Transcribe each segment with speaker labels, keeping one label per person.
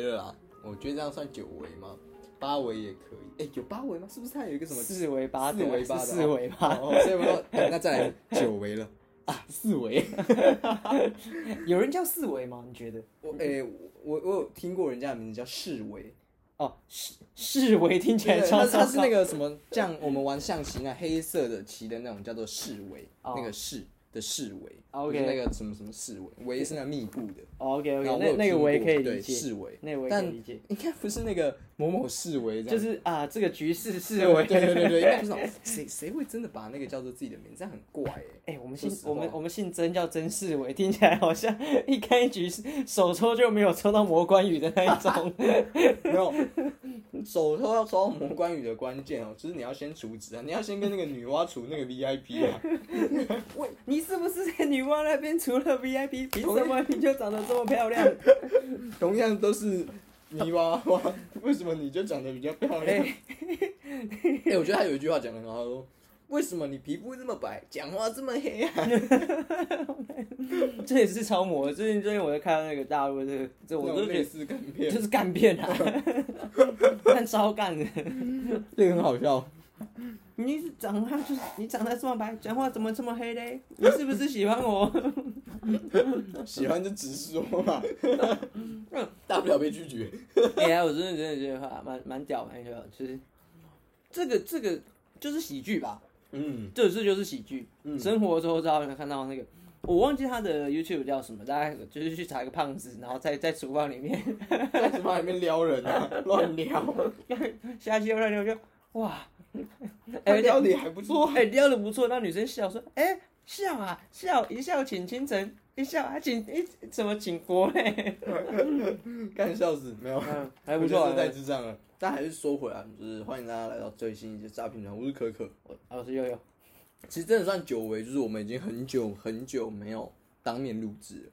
Speaker 1: 觉得这样算九维吗？八维也可以。哎，有八维吗？是不是它有一个什么
Speaker 2: 四维八
Speaker 1: 四维八的
Speaker 2: 是四维八
Speaker 1: 哦，所以我说哎那再来九维了。
Speaker 2: 啊，四维。 有人叫四维吗？你觉得？
Speaker 1: 我哎，我我有听过人家的名字叫世维，
Speaker 2: 哦，四四维听起来
Speaker 1: 对
Speaker 2: 超
Speaker 1: 它
Speaker 2: 超
Speaker 1: 它是那个什么，像我们玩象棋那啊黑色的棋的那种叫做士维，
Speaker 2: 哦
Speaker 1: 那个士的士维
Speaker 2: 啊
Speaker 1: 就
Speaker 2: ，OK
Speaker 1: 是那个什么什么士维，维是那密布的。
Speaker 2: OK
Speaker 1: 然
Speaker 2: OK，
Speaker 1: 后我
Speaker 2: 哦那
Speaker 1: 有
Speaker 2: 那个
Speaker 1: 听
Speaker 2: 我也
Speaker 1: 过
Speaker 2: 可以
Speaker 1: 对
Speaker 2: 理解，
Speaker 1: 士维，
Speaker 2: 那个我也可以
Speaker 1: 但
Speaker 2: 理解，
Speaker 1: 应该不是那个某某士维这样，
Speaker 2: 就是啊，这个 局势四
Speaker 1: 对
Speaker 2: 维。
Speaker 1: 对对对对，应该不是那种谁谁会真的把那个叫做自己的名字，这样很怪哎。
Speaker 2: 哎、我们
Speaker 1: 说
Speaker 2: 姓
Speaker 1: 实
Speaker 2: 我们
Speaker 1: 话
Speaker 2: 我们姓曾叫曾世伟，听起来好像 一开局是手抽就没有抽到魔关羽的那一 种。
Speaker 1: 没有，手抽要抽到魔关羽的关键哦，就是你要先处置啊，你要先跟那个女娲除那个 VIP 啊。
Speaker 2: 喂，你是不是在女娲那边除了 VIP，凭
Speaker 1: 什
Speaker 2: 么你就长得这么漂亮？
Speaker 1: 同样都是泥娃娃，为什么你就长得比较漂亮？哎、我觉得他有一句话讲的很好，他说为什么你皮肤这么白，讲话这么黑啊？
Speaker 2: 这也是超模。最近最近我在看那个大陆的这个，这我
Speaker 1: 那
Speaker 2: 都
Speaker 1: 种
Speaker 2: 觉
Speaker 1: 类
Speaker 2: 得
Speaker 1: 似干片
Speaker 2: 就，是干啊片啊，但超干的。
Speaker 1: 这个很好笑。
Speaker 2: 你长得就是你长得这么白，讲话怎么这么黑嘞？你是不是喜欢我？
Speaker 1: 喜欢就直说嘛， 大不了被拒绝。
Speaker 2: 哎呀，我真的真的觉得话蛮蛮屌，蛮屌的，就是这个这个就是喜剧吧，
Speaker 1: 嗯
Speaker 2: 这这就是喜剧。
Speaker 1: 嗯
Speaker 2: 生活周遭有看到那个，我忘记他的 YouTube 叫什么，大家就是去查一个胖子，然后在在厨房里面
Speaker 1: 在什么里面撩人啊，乱撩，
Speaker 2: 瞎鸡乱溜就哇，
Speaker 1: 他
Speaker 2: 哎、
Speaker 1: 撩的还不错。啊
Speaker 2: 哎、撩的不错，让女生笑说，哎、笑啊笑，一笑请倾城，一笑啊请一怎么请国嘞，
Speaker 1: 干笑死，没有，
Speaker 2: 嗯，还不错
Speaker 1: 我觉得这。
Speaker 2: 啊
Speaker 1: 太智障了。但还是说回来，就是欢迎大家来到最新一期的诈骗团，我是可可。
Speaker 2: 我我是悠悠，
Speaker 1: 其实真的算久违，就是我们已经很久很久没有当面录制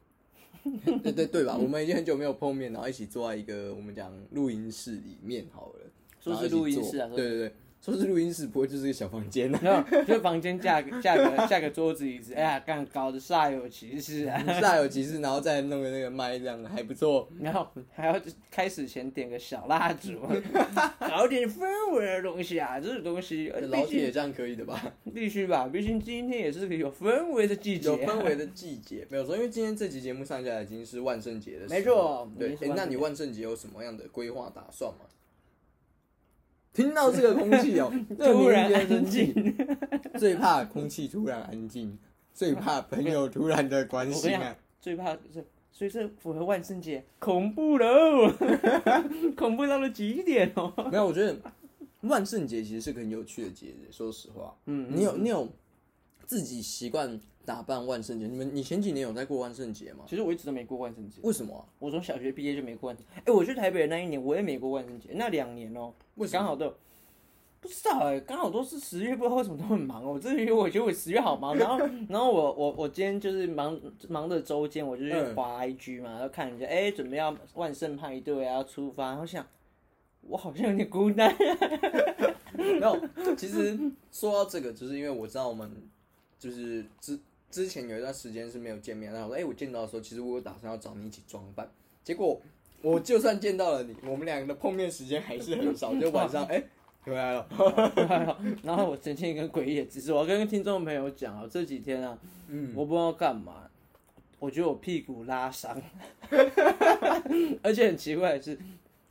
Speaker 1: 了， 对对对吧？我们已经很久没有碰面，然后一起坐在一个我们讲录音室里面好了，
Speaker 2: 说是录音室啊
Speaker 1: 然后一起坐对对对，说是录音室，不会就是一个小房间啊，
Speaker 2: 然后就房间架个架个架个桌子椅子，哎呀，干搞得煞有其事啊。
Speaker 1: 煞有其事，然后再弄个那个麦这样的还不 错。
Speaker 2: 然后还要开始前点个小蜡烛， 搞点氛围的东西啊，这种东西呃
Speaker 1: 老
Speaker 2: 毕
Speaker 1: 铁
Speaker 2: 竟
Speaker 1: 这样可以的吧？
Speaker 2: 必须吧，毕竟今天也是个有氛围的季节啊
Speaker 1: 有，氛围的季节没有错，因为今天这期节目上架已经是万圣节的时候，
Speaker 2: 没错
Speaker 1: 对，
Speaker 2: 已经是
Speaker 1: 诶
Speaker 2: 万圣节
Speaker 1: 那你万圣节有什么样的规划打算吗？听到这个空气 哦，这个
Speaker 2: 突然
Speaker 1: 明天
Speaker 2: 安 静。
Speaker 1: 最怕空气突然安静，最怕朋友突然的关心
Speaker 2: 我跟你
Speaker 1: 啊！
Speaker 2: 最怕是，所以这符合万圣节，恐怖 了哦，恐怖到了极点哦。
Speaker 1: 没 有，我觉得万圣节其实是个很有趣的节日。说实话，
Speaker 2: 嗯
Speaker 1: 你有你有自己习惯打扮万圣节？你们你前几年有在过万圣节吗？
Speaker 2: 其实我一直都没过万圣节，
Speaker 1: 为什么啊、
Speaker 2: 我从小学毕业就没过万圣节。哎，我去台北的那一年我也没过万圣节，那两年哦，
Speaker 1: 为什
Speaker 2: 刚
Speaker 1: 么？
Speaker 2: 好都有不知道哎、刚好都是十月，不知道为什么都很忙哦。我真的觉得我觉得我十月好忙，然后 然后我我我今天就是忙忙的周间，我就去
Speaker 1: 嗯
Speaker 2: 滑 IG 嘛，然后看人家哎、准备要万圣派对啊要出发，然后想我好像有点孤单，
Speaker 1: 没有。 其实说到这个，就是因为我知道我们就是之之前有一段时间是没有见面，然后我说，哎、我见到的时候，其实我有打算要找你一起装扮，结果我就算见到了你，我们两个的碰面时间还是很少，就晚上，哎、回来了。
Speaker 2: 然后我呈现一个诡异的姿势。我要跟听众朋友讲哦，这几天啊，
Speaker 1: 嗯，
Speaker 2: 我不知道干嘛，我觉得我屁股 拉伤，而且很奇怪的是，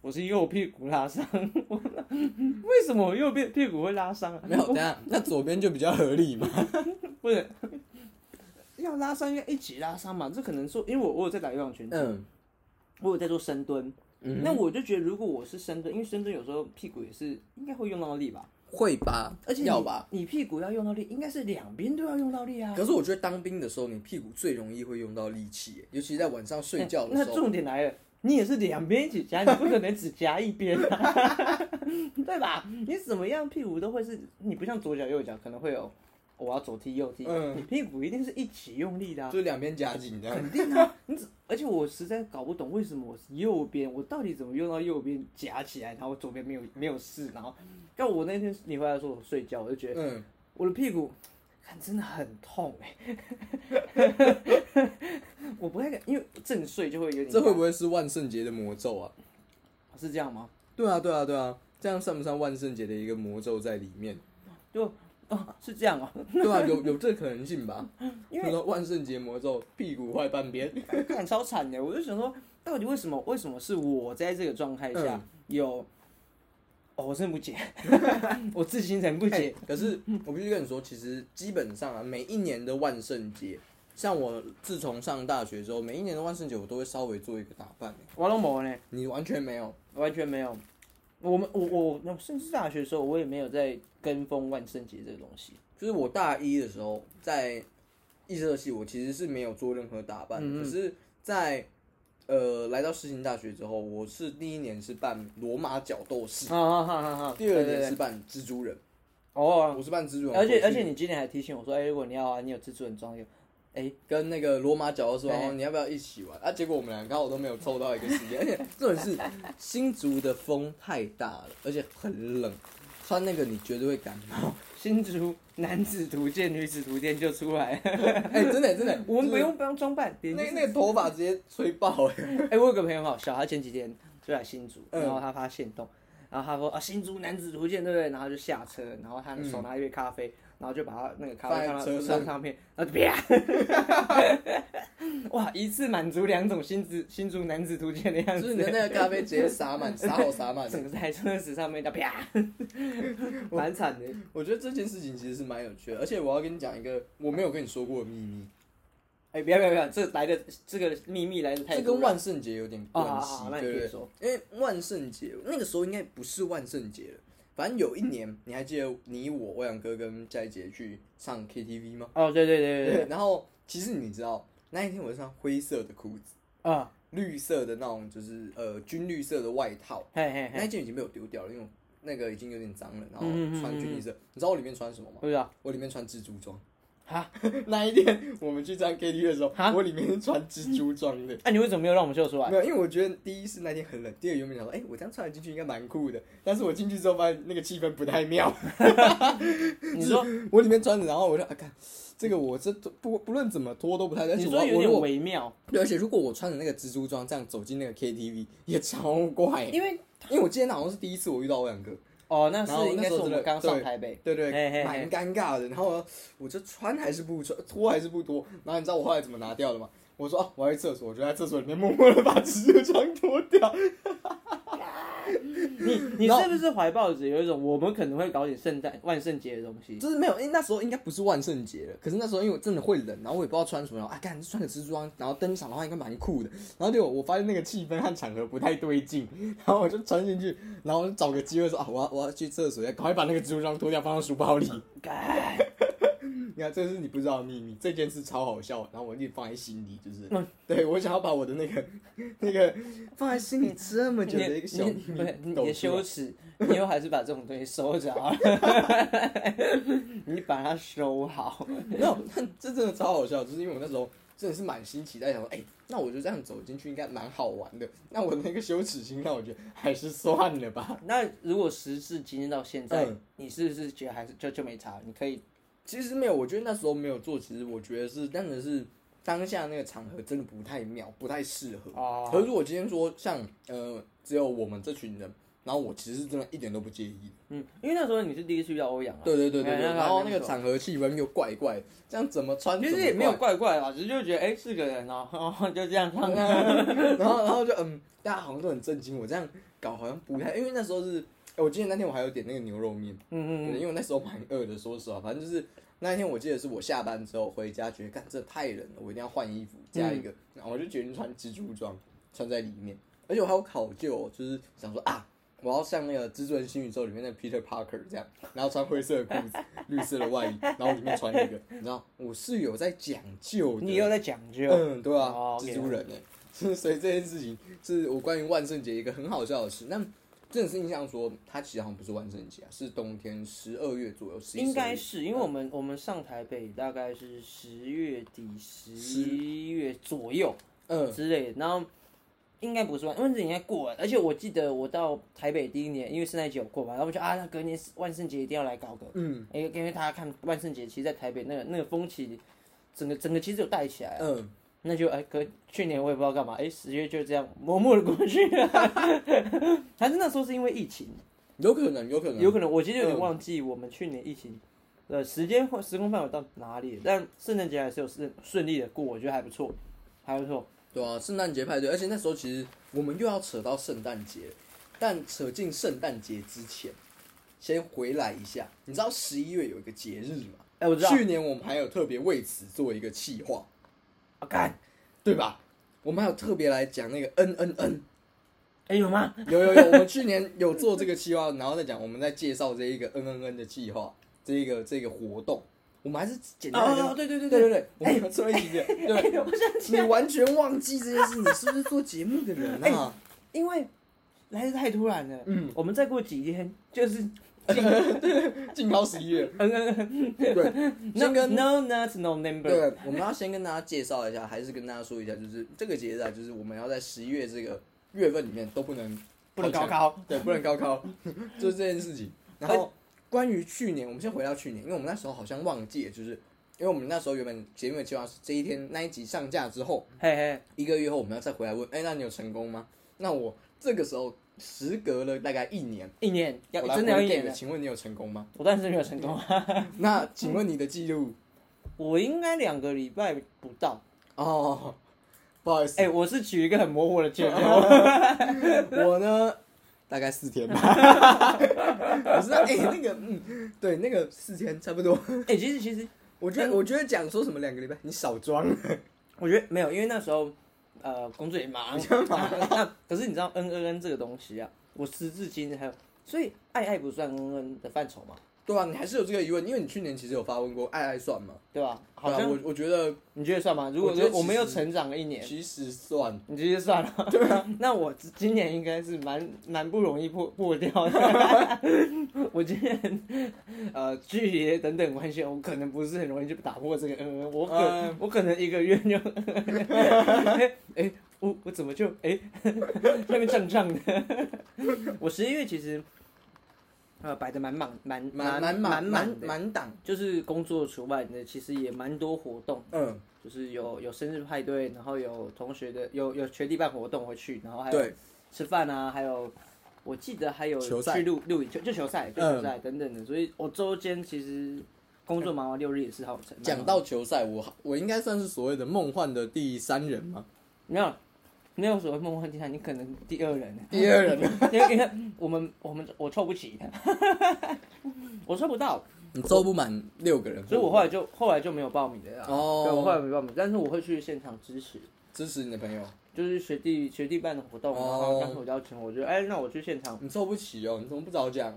Speaker 2: 我是右屁股拉伤，我为什么我右边屁股会拉伤啊？
Speaker 1: 没有，等一下，那左边就比较合理嘛。
Speaker 2: 不是，要拉伤应该一起拉伤嘛？这可能说，因为我我有在打有氧拳击，
Speaker 1: 嗯，
Speaker 2: 我有在做深蹲，
Speaker 1: 嗯
Speaker 2: 那我就觉得如果我是深蹲，因为深蹲有时候屁股也是应该会用到力吧，
Speaker 1: 会吧，
Speaker 2: 而且你
Speaker 1: 要吧。
Speaker 2: 你屁股要用到力，应该是两边都要用到力啊。
Speaker 1: 可是我觉得当兵的时候，你屁股最容易会用到力气耶，尤其在晚上睡觉的
Speaker 2: 哎那
Speaker 1: 时候。
Speaker 2: 重点来了。你也是两边一起夹，你不可能只夹一边、啊， 对吧？你怎么样屁股都会是，你不像左脚右脚可能会有，我要左踢右踢，
Speaker 1: 嗯
Speaker 2: 你屁股一定是一起用力的、啊。
Speaker 1: 就两边夹紧这样，
Speaker 2: 你只而且我实在搞不懂为什么我是右边，我到底怎么用到右边夹起来，然后左边没有没有事，然后但我那天你回来说我睡觉，我就觉得
Speaker 1: 嗯，
Speaker 2: 我的屁股，看真的很痛哎、 我不太敢，因为正睡就会有点，
Speaker 1: 这会不会是万圣节的魔咒啊？
Speaker 2: 是这样吗？
Speaker 1: 对啊，对啊，对啊，这样算不算万圣节的一个魔咒在里面？
Speaker 2: 哦，是这样 哦、
Speaker 1: 对啊，有有这可能性吧？
Speaker 2: 因
Speaker 1: 为说万圣节魔咒屁股坏半边，
Speaker 2: 看超惨的，我就想说，到底为什么？为什么是我在这个状态
Speaker 1: 嗯
Speaker 2: 下有？哦，我真 不解，我自己很不解。
Speaker 1: 哎可是我必须跟你说，其实基本上啊，每一年的万圣节，像我自从上大学之后，每一年的万圣节我都会稍微做一个打扮。
Speaker 2: 我都没呢，
Speaker 1: 你完全没有，
Speaker 2: 完全没有。我们我我我甚至大学的时候，我也没有在跟风万圣节这个东西。
Speaker 1: 就是我大一的时候在艺社系，我其实是没有做任何打扮的，可是在。呃，来到世新大学之后，我是第一年是扮罗马角斗士，
Speaker 2: 啊哈哈哈哈
Speaker 1: 第二
Speaker 2: 对对
Speaker 1: 年
Speaker 2: 对
Speaker 1: 是扮蜘蛛人，
Speaker 2: 哦，
Speaker 1: 我是扮蜘蛛人，
Speaker 2: 而且
Speaker 1: 我
Speaker 2: 而
Speaker 1: 是
Speaker 2: 且你今天还提醒我说，哎、如果你要啊，你有蜘蛛人装有，哎、
Speaker 1: 跟那个罗马角斗士玩，
Speaker 2: 哎
Speaker 1: 然后你要不要一起玩啊？结果我们俩刚好都没有凑到一个时 间，而且重点是新竹的风太大了，而且很冷，穿那个你绝对会感冒。
Speaker 2: 新竹男子图鉴、女子图鉴就 出来了，
Speaker 1: 哎、真的真的，
Speaker 2: 我们不用不用装扮，
Speaker 1: 就是
Speaker 2: 点
Speaker 1: 那那个头发直接吹爆哎、
Speaker 2: 哎、我有个朋友很好笑，他前几天就来新竹，
Speaker 1: 嗯
Speaker 2: 然后他发现动，然后他说啊，新竹男子图鉴对不对？然后他就下车，然后他手拿一杯咖啡，然后就把他那个咖
Speaker 1: 嗯
Speaker 2: 啡
Speaker 1: 放在
Speaker 2: 放到
Speaker 1: 车上
Speaker 2: 上上面，然后就啪， 哇，一次满足两种新竹新竹男子图鉴的样
Speaker 1: 就
Speaker 2: 子，
Speaker 1: 是你的那个咖啡直接洒 满，洒好洒满。
Speaker 2: 整个在车子上面的啪， 蛮惨的。
Speaker 1: 我觉得这件事情其实是蛮有趣的，而且我要跟你讲一个我没有跟你说过的秘密，
Speaker 2: 哎、不要不要不要，这来的这个秘密来的太
Speaker 1: 这
Speaker 2: 突
Speaker 1: 跟
Speaker 2: 然。
Speaker 1: 万圣节有点
Speaker 2: 啊
Speaker 1: 关
Speaker 2: 啊
Speaker 1: 系
Speaker 2: 啊！，那你
Speaker 1: 对不
Speaker 2: 别
Speaker 1: 对？
Speaker 2: 说，
Speaker 1: 因为万圣节那个时候应该不是万圣节了，反正有一年你还记得你我欧阳哥跟佳怡姐去唱 KTV 吗？
Speaker 2: 哦，对对对对对，
Speaker 1: 然后其实你知道那一天我是穿灰色的裤子，
Speaker 2: 啊，
Speaker 1: 绿色的那种就是呃军绿色的外套，
Speaker 2: 嘿嘿
Speaker 1: 那
Speaker 2: 嘿，
Speaker 1: 一件已经被我丢掉了，因为我那个已经有点脏了，然后
Speaker 2: 嗯嗯嗯
Speaker 1: 穿军绿色。你知道我里面穿什么吗？
Speaker 2: 不知道
Speaker 1: 我里面穿蜘蛛装。
Speaker 2: 哈，
Speaker 1: 那一天我们去唱 KTV 的时候
Speaker 2: 哈，
Speaker 1: 我里面是穿蜘蛛装的。
Speaker 2: 那、啊你为什么没有让我们秀出来？
Speaker 1: 没有，因为我觉得第一是那天很冷，第二原本想说，哎、我这样穿进去应该蛮酷的，但是我进去之后发现那个气氛不太妙。
Speaker 2: 你说
Speaker 1: 我里面穿着，然后我就啊，看这个我这不不论怎么脱都不太对。而且
Speaker 2: 你
Speaker 1: 我
Speaker 2: 说有
Speaker 1: 我如
Speaker 2: 点
Speaker 1: 果
Speaker 2: 微妙，
Speaker 1: 对，而且如果我穿着那个蜘蛛装这样走进那个 KTV 也超怪，
Speaker 2: 因为
Speaker 1: 因为我今天好像是第一次我遇到欧阳哥，
Speaker 2: 哦，那
Speaker 1: 然后
Speaker 2: 是应
Speaker 1: 那
Speaker 2: 该
Speaker 1: 时
Speaker 2: 是
Speaker 1: 候
Speaker 2: 我
Speaker 1: 真
Speaker 2: 们
Speaker 1: 的
Speaker 2: 刚上
Speaker 1: 对
Speaker 2: 台北，
Speaker 1: 对对
Speaker 2: 嘿嘿嘿
Speaker 1: 蛮尴尬的。然后呢我这穿还是不穿，脱还是不脱。然后你知道我后来怎么拿掉的吗？我说啊，我要去厕所，我就在厕所里面默默的把蜘蛛装脱掉。
Speaker 2: 你你
Speaker 1: 然后
Speaker 2: 是不是怀抱着有一种我们可能会搞点圣诞万圣节的东西？
Speaker 1: 就是没有，因为那时候应该不是万圣节了。可是那时候因为我真的会冷，然后我也不知道穿什么，然后啊，干穿个蜘蛛装，然后登场的话应该蛮酷的。然后结果我发现那个气氛和场合不太对劲，然后我就穿进去，然后我就找个机会说啊，我要我要去厕所，要赶快把那个蜘蛛装脱掉放到书包里。
Speaker 2: 哎
Speaker 1: 你看，这是你不知道的秘密，这件事超好笑，然后我一直放在心里，就是，
Speaker 2: 嗯
Speaker 1: 对我想要把我的那个那个放在心里这么
Speaker 2: 你
Speaker 1: 久的一个小秘
Speaker 2: 你不是
Speaker 1: 密
Speaker 2: 你
Speaker 1: 抖
Speaker 2: 的
Speaker 1: 出来
Speaker 2: 羞耻，你以后还是把这种东西收着好了， 你把它收好。
Speaker 1: 没有，但这真的超好笑，就是因为我那时候真的是满心期待，想说，哎、那我就这样走进去应该蛮好玩的。那我那个羞耻心，让我觉得还是算了吧。
Speaker 2: 那如果时至今天到现在
Speaker 1: 嗯，
Speaker 2: 你是不是觉得还是就就没差？你可以
Speaker 1: 其实没有，我觉得那时候没有做，其实我觉得是真的是当下那个场合真的不太妙，不太适合。
Speaker 2: 哦
Speaker 1: 可是如果今天说像呃，只有我们这群人，然后我其实是真的一点都不介意。
Speaker 2: 嗯，因为那时候你是第一次遇到欧阳啊，
Speaker 1: 对对对对
Speaker 2: 哎
Speaker 1: 对，
Speaker 2: 那个
Speaker 1: 然后
Speaker 2: 还
Speaker 1: 那
Speaker 2: 没
Speaker 1: 个
Speaker 2: 错
Speaker 1: 场合气氛又怪怪，这样怎么穿
Speaker 2: 其
Speaker 1: 怎
Speaker 2: 实
Speaker 1: 么
Speaker 2: 也没有
Speaker 1: 怪
Speaker 2: 怪怪啊，只是就觉得哎是个人哦， 然后就这
Speaker 1: 嗯
Speaker 2: 样 唱。
Speaker 1: 然后然后就嗯，大家好像都很震惊，我这样搞好像不太，因为那时候是，哎我记得那天我还有点那个牛肉面，
Speaker 2: 嗯嗯
Speaker 1: 对因为我那时候蛮饿的，说实话，反正就是那一天我记得是我下班之后回家，觉得干这太冷了，我一定要换衣服加一个，
Speaker 2: 嗯
Speaker 1: 然后我就决定穿蜘蛛装穿在里面，而且我还有考究哦，就是想说啊。我要像那个《蜘蛛人新宇宙》里面的 Peter Parker 这样，然后穿灰色的裤子、 绿色的外衣，然后里面穿一个，你知道，我是有在讲究
Speaker 2: 嗯，
Speaker 1: 的。
Speaker 2: 你又在讲究。
Speaker 1: 嗯，对啊，
Speaker 2: 哦，OK
Speaker 1: 蜘蛛人哎、是 所以这件事情是我关于万圣节一个很好笑的事。那真的是印象说，它其实好像不是万圣节啊，是冬天十二月左右，11
Speaker 2: 应该
Speaker 1: 12
Speaker 2: 是因为我们我们上台北大概是十月底十一月左右
Speaker 1: 嗯
Speaker 2: 之类的，然后应该不是万，万圣节应该过了，而且我记得我到台北第一年，因为圣诞节有过嘛，然后我就啊，那隔年万圣节一定要来搞个，
Speaker 1: 嗯
Speaker 2: 因为因为大家看万圣节，其实在台北那个那个风气，整个整个其实有带起来，
Speaker 1: 嗯，
Speaker 2: 那就哎，可去年我也不知道干嘛，哎，十月就这样默默的过去了。 还是那时候是因为疫情，
Speaker 1: 有可能，有可能，
Speaker 2: 有可能我其实
Speaker 1: 嗯
Speaker 2: 有点忘记我们去年疫情的时间或时空范围到哪里了，但圣诞节还是有顺顺利的过，我觉得还不错，还不错。
Speaker 1: 对啊，圣诞节派对，而且那时候其实我们又要扯到圣诞节，但扯进圣诞节之前，先回来一下，你知道十一月有一个节日吗？
Speaker 2: 哎，我知道，
Speaker 1: 去年我们还有特别为此做一个企划，
Speaker 2: 啊干，
Speaker 1: 对吧？我们还有特别来讲那个嗯嗯嗯，
Speaker 2: 哎有吗？
Speaker 1: 有有有，我们去年有做这个计划，然后再讲，我们在介绍这一个嗯嗯嗯的计划，这一个这个活动，我们还是简单来讲
Speaker 2: 哦对对对
Speaker 1: 对
Speaker 2: 对
Speaker 1: 对对，我们有做一集的， 对，
Speaker 2: 哎，我想起
Speaker 1: 你
Speaker 2: 来，
Speaker 1: 完全忘记这件事，你是不是做节目的人
Speaker 2: 哎
Speaker 1: 啊？
Speaker 2: 因为来的太突然了，
Speaker 1: 嗯，
Speaker 2: 我们再过几天就是
Speaker 1: 静涛十一月，
Speaker 2: 嗯嗯嗯
Speaker 1: 对，
Speaker 2: ，no
Speaker 1: 先跟
Speaker 2: no nuts no number，
Speaker 1: 对，我们要先跟大家介绍一下，还是跟大家说一下，就是这个节日啊，就是我们要在十一月这个月份里面都不能
Speaker 2: 不能高
Speaker 1: 靠墙
Speaker 2: 高，
Speaker 1: 对，不能高考， 就是这件事情。然后关于去年，我们先回到去年，因为我们那时候好像忘记了，就是因为我们那时候原本节目的计划是这一天那一集上架之后，
Speaker 2: 嘿嘿，
Speaker 1: 一个月后我们要再回来问，哎、那你有成功吗？那我这个时候时隔了大概一年，
Speaker 2: 一年要
Speaker 1: 我来
Speaker 2: 真的要
Speaker 1: 回
Speaker 2: 一年
Speaker 1: 电
Speaker 2: 了
Speaker 1: 了，，请问你有成功吗？
Speaker 2: 我当时没有成功啊，
Speaker 1: 那请问你的记录？
Speaker 2: 我应该两个礼拜不到，
Speaker 1: 哦，不好意思，
Speaker 2: 哎，我是取一个很模糊的 借口，
Speaker 1: 我呢，大概四天吧。 我知道，哎、那个，嗯，对，那个四天差不多。
Speaker 2: 哎，其实其实
Speaker 1: 我觉得，
Speaker 2: 嗯
Speaker 1: 我觉得讲说什么两个礼拜，你少装。
Speaker 2: 我觉得没有，因为那时候呃工作也忙， 那可是你知道 N N N 这个东西啊，我时至今日还有，所以爱爱不算 N N 的范畴嘛，
Speaker 1: 对啊，你还是有这个疑问，因为你去年其实有发问过，爱爱算吗？
Speaker 2: 对吧？好
Speaker 1: 对啊
Speaker 2: 像
Speaker 1: 我我觉得
Speaker 2: 你觉得算吗？如果
Speaker 1: 我觉得
Speaker 2: 说
Speaker 1: 其实
Speaker 2: 我们又成长了一年。
Speaker 1: 其实算，
Speaker 2: 你直接算了， 对啊。那我今年应该是蛮蛮不容易破破掉的。 我今年呃距离等等关系，我可能不是很容易就打破这个嗯，嗯我可、
Speaker 1: 嗯
Speaker 2: 我可能一个月 就，哎、哎我我怎么就哎、那边胀胀的？我十一月其实呃摆的蛮满蛮
Speaker 1: 蛮蛮
Speaker 2: 满
Speaker 1: 蛮蛮
Speaker 2: 满的，
Speaker 1: 蛮档。
Speaker 2: 就是工作除外呢，其实也蛮多活动。
Speaker 1: 嗯，
Speaker 2: 就是有有生日派对，然后有同学的有有学弟办活动会去，然后还有
Speaker 1: 对，
Speaker 2: 吃饭啊，还有我记得还有
Speaker 1: 球赛嗯
Speaker 2: 去露露营，就就球赛，就球赛等等的，所以我周间其实工作忙完，六日也是好成。
Speaker 1: 讲到球赛，我我应该算是所谓的梦幻的第三人吗？
Speaker 2: 没有没有所谓梦幻天下，你可能 第二人，啊
Speaker 1: 第二人，
Speaker 2: 因为因为我们我们我凑不齐，啊 我凑不到，
Speaker 1: 你周不满六个人，
Speaker 2: 所以我后来就后来就没有报名了啦。
Speaker 1: 哦
Speaker 2: 对我后来没报名，但是我会去现场支持。
Speaker 1: 支持你的朋友，
Speaker 2: 就是学弟学弟办的活动，
Speaker 1: 哦
Speaker 2: 然后当时我邀请我，我就哎，那我去现场。
Speaker 1: 你凑不齐哦，你怎么不早讲？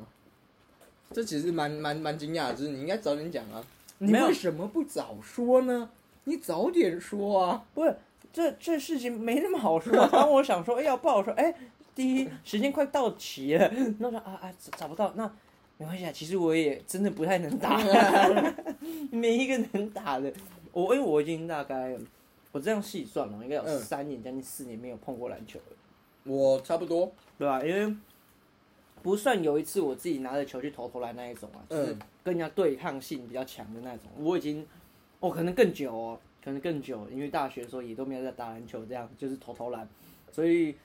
Speaker 1: 这其实蛮蛮蛮惊讶的，就是你应该早点讲啊，你
Speaker 2: 没有
Speaker 1: 为什么不早说呢？你早点说啊！
Speaker 2: 不是，这这事情没那么好说。当我想说，哎，要不好说，哎，第一时间快到期了，那我说啊啊，找找不到，那没关系啊。其实我也真的不太能打，没一个能打的。我因为我已经大概我这样细算嘛，应该有
Speaker 1: 嗯
Speaker 2: 三年将近四年没有碰过篮球了。
Speaker 1: 我差不多，
Speaker 2: 对吧、因为不算有一次我自己拿着球去投投篮那一种啊，
Speaker 1: 嗯
Speaker 2: 就是跟人家对抗性比较强的那种。我已经，哦，可能更久哦，可能更久，因为大学的时候也都没有在打篮球，这样就是投投篮，所以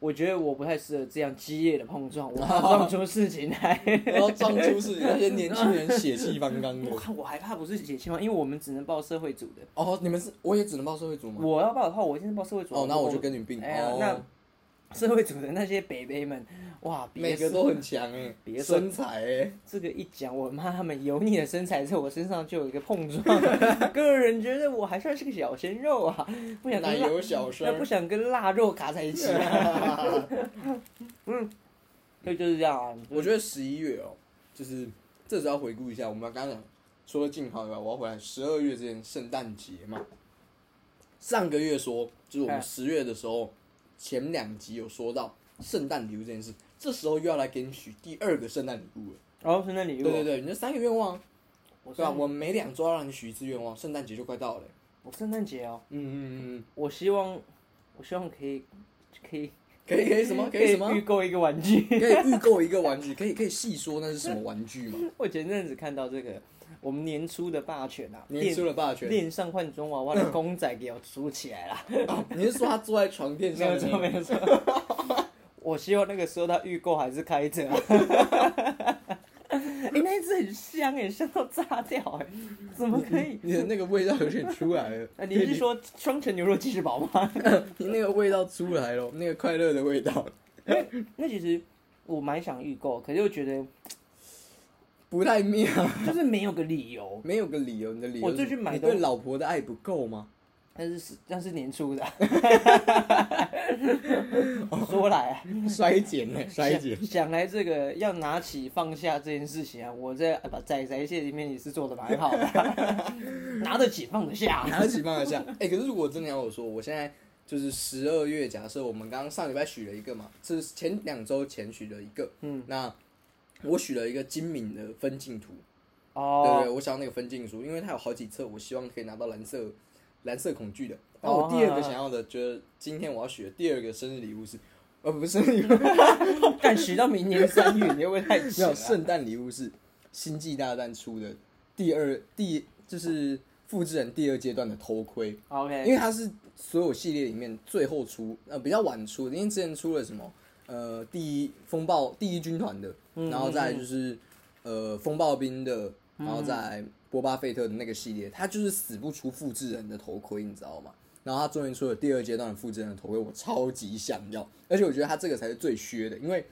Speaker 2: 我觉得我不太适合这样激烈的碰撞，我怕撞出事情来。
Speaker 1: 然后撞出是那些年轻人血气方刚的
Speaker 2: 我。 看我还怕不是解气吗？因为我们只能报社会组的，
Speaker 1: 哦，你们是我也只能报社会组吗？
Speaker 2: 我要报的话，我一定是报社会组。
Speaker 1: 哦，那我就跟你并。
Speaker 2: 哎呀
Speaker 1: 哦，
Speaker 2: 那社会组的那些北北们，哇，
Speaker 1: 每
Speaker 2: 别
Speaker 1: 个都很强哎、
Speaker 2: 别说
Speaker 1: 身材哎、
Speaker 2: 这个一讲，我妈他们油腻的身材在我身上就有一个碰撞， 个人觉得我还算是个小鲜肉啊，不想
Speaker 1: 奶
Speaker 2: 跟辣，
Speaker 1: 油小
Speaker 2: 那
Speaker 1: 生
Speaker 2: 不。想跟腊肉卡在一起、啊。嗯，就就是这样啊。
Speaker 1: 我觉得十一月哦，就是这时候要回顾一下，我们刚刚讲除了静好以外，我要回来十二月这件圣诞节嘛。上个月说，就是我们
Speaker 2: 哎
Speaker 1: 十月的时候，前两集有说到圣诞礼物这件事，这时候又要来给你许第二个圣诞礼物了。
Speaker 2: 然后圣诞礼
Speaker 1: 对
Speaker 2: 物，
Speaker 1: 对对，你这三个愿望啊，
Speaker 2: 我
Speaker 1: 对吧？
Speaker 2: 圣
Speaker 1: 我们每两周要让你许一次愿望，圣诞节就快到了欸、
Speaker 2: 我圣诞节哦，
Speaker 1: 嗯嗯嗯嗯，
Speaker 2: 我希望我希望可以可以
Speaker 1: 可以可以什么可以什么？
Speaker 2: 预购一个玩具。
Speaker 1: 可以预购一个玩具，可以可以细说那是什么玩具吗？
Speaker 2: 我前阵子看到这个我们年初的霸权啊，
Speaker 1: 你输了霸权。
Speaker 2: 恋上换装娃娃的公仔给我组起来啦！
Speaker 1: 哦你是说他坐在床垫
Speaker 2: 没
Speaker 1: 上
Speaker 2: 有
Speaker 1: 面
Speaker 2: 错，没有错。 我希望那个时候它预购还是开着、啊。 哎、那一只很香哎，香到炸掉哎，怎么可以？
Speaker 1: 你的那个味道有点出来了。
Speaker 2: 啊、你是说双层牛肉鸡翅堡吗？
Speaker 1: 你那个味道出来了，那个快乐的味道，
Speaker 2: 那其实我蛮想预购，可是又觉得
Speaker 1: 不太妙。
Speaker 2: 就是没有个理由。
Speaker 1: 没有个理由，你的理由是
Speaker 2: 我最近买
Speaker 1: 你
Speaker 2: 东西
Speaker 1: 对老婆的爱不够 吗？
Speaker 2: 但是是但是年初的， 说来啊
Speaker 1: 衰减 呢，衰减。
Speaker 2: 想想来这个要拿起放下这件事情啊，我在把仔仔蟹里面也是做的蛮好的 啊，拿得起放得下。
Speaker 1: 拿得起放得下。哎、可是如果真的要我说，我现在就是十二月，假设我们刚刚上礼拜许了一个嘛，是前两周前许了一个，嗯，那我许了一个精敏的分镜图，对
Speaker 2: 哦，
Speaker 1: 对，我想要那个分镜书，因为它有好几册，我希望可以拿到蓝色蓝色恐惧的。然后我第二个想要的，觉得今天我要许的第二个生日礼物是，呃，不是生日礼物，
Speaker 2: 干许到明年三月，你会不会太
Speaker 1: 没
Speaker 2: 迟啊
Speaker 1: 有
Speaker 2: 了？
Speaker 1: 圣诞礼物是《星际大战》出的第二第就是复制人第二阶段的头盔。因
Speaker 2: OK，
Speaker 1: 为它是所有系列里面最后出，呃，比较晚出的，因为之前出了什么，呃，第一风暴第一军团的，然后再来就是呃风暴兵的，然后再来波巴费特的那个系列，它就是死不出复制人的头盔，你知道吗？然后他终于出了第二阶段的复制人的头盔，我超级想要，而且我觉得他这个才是最削的，因为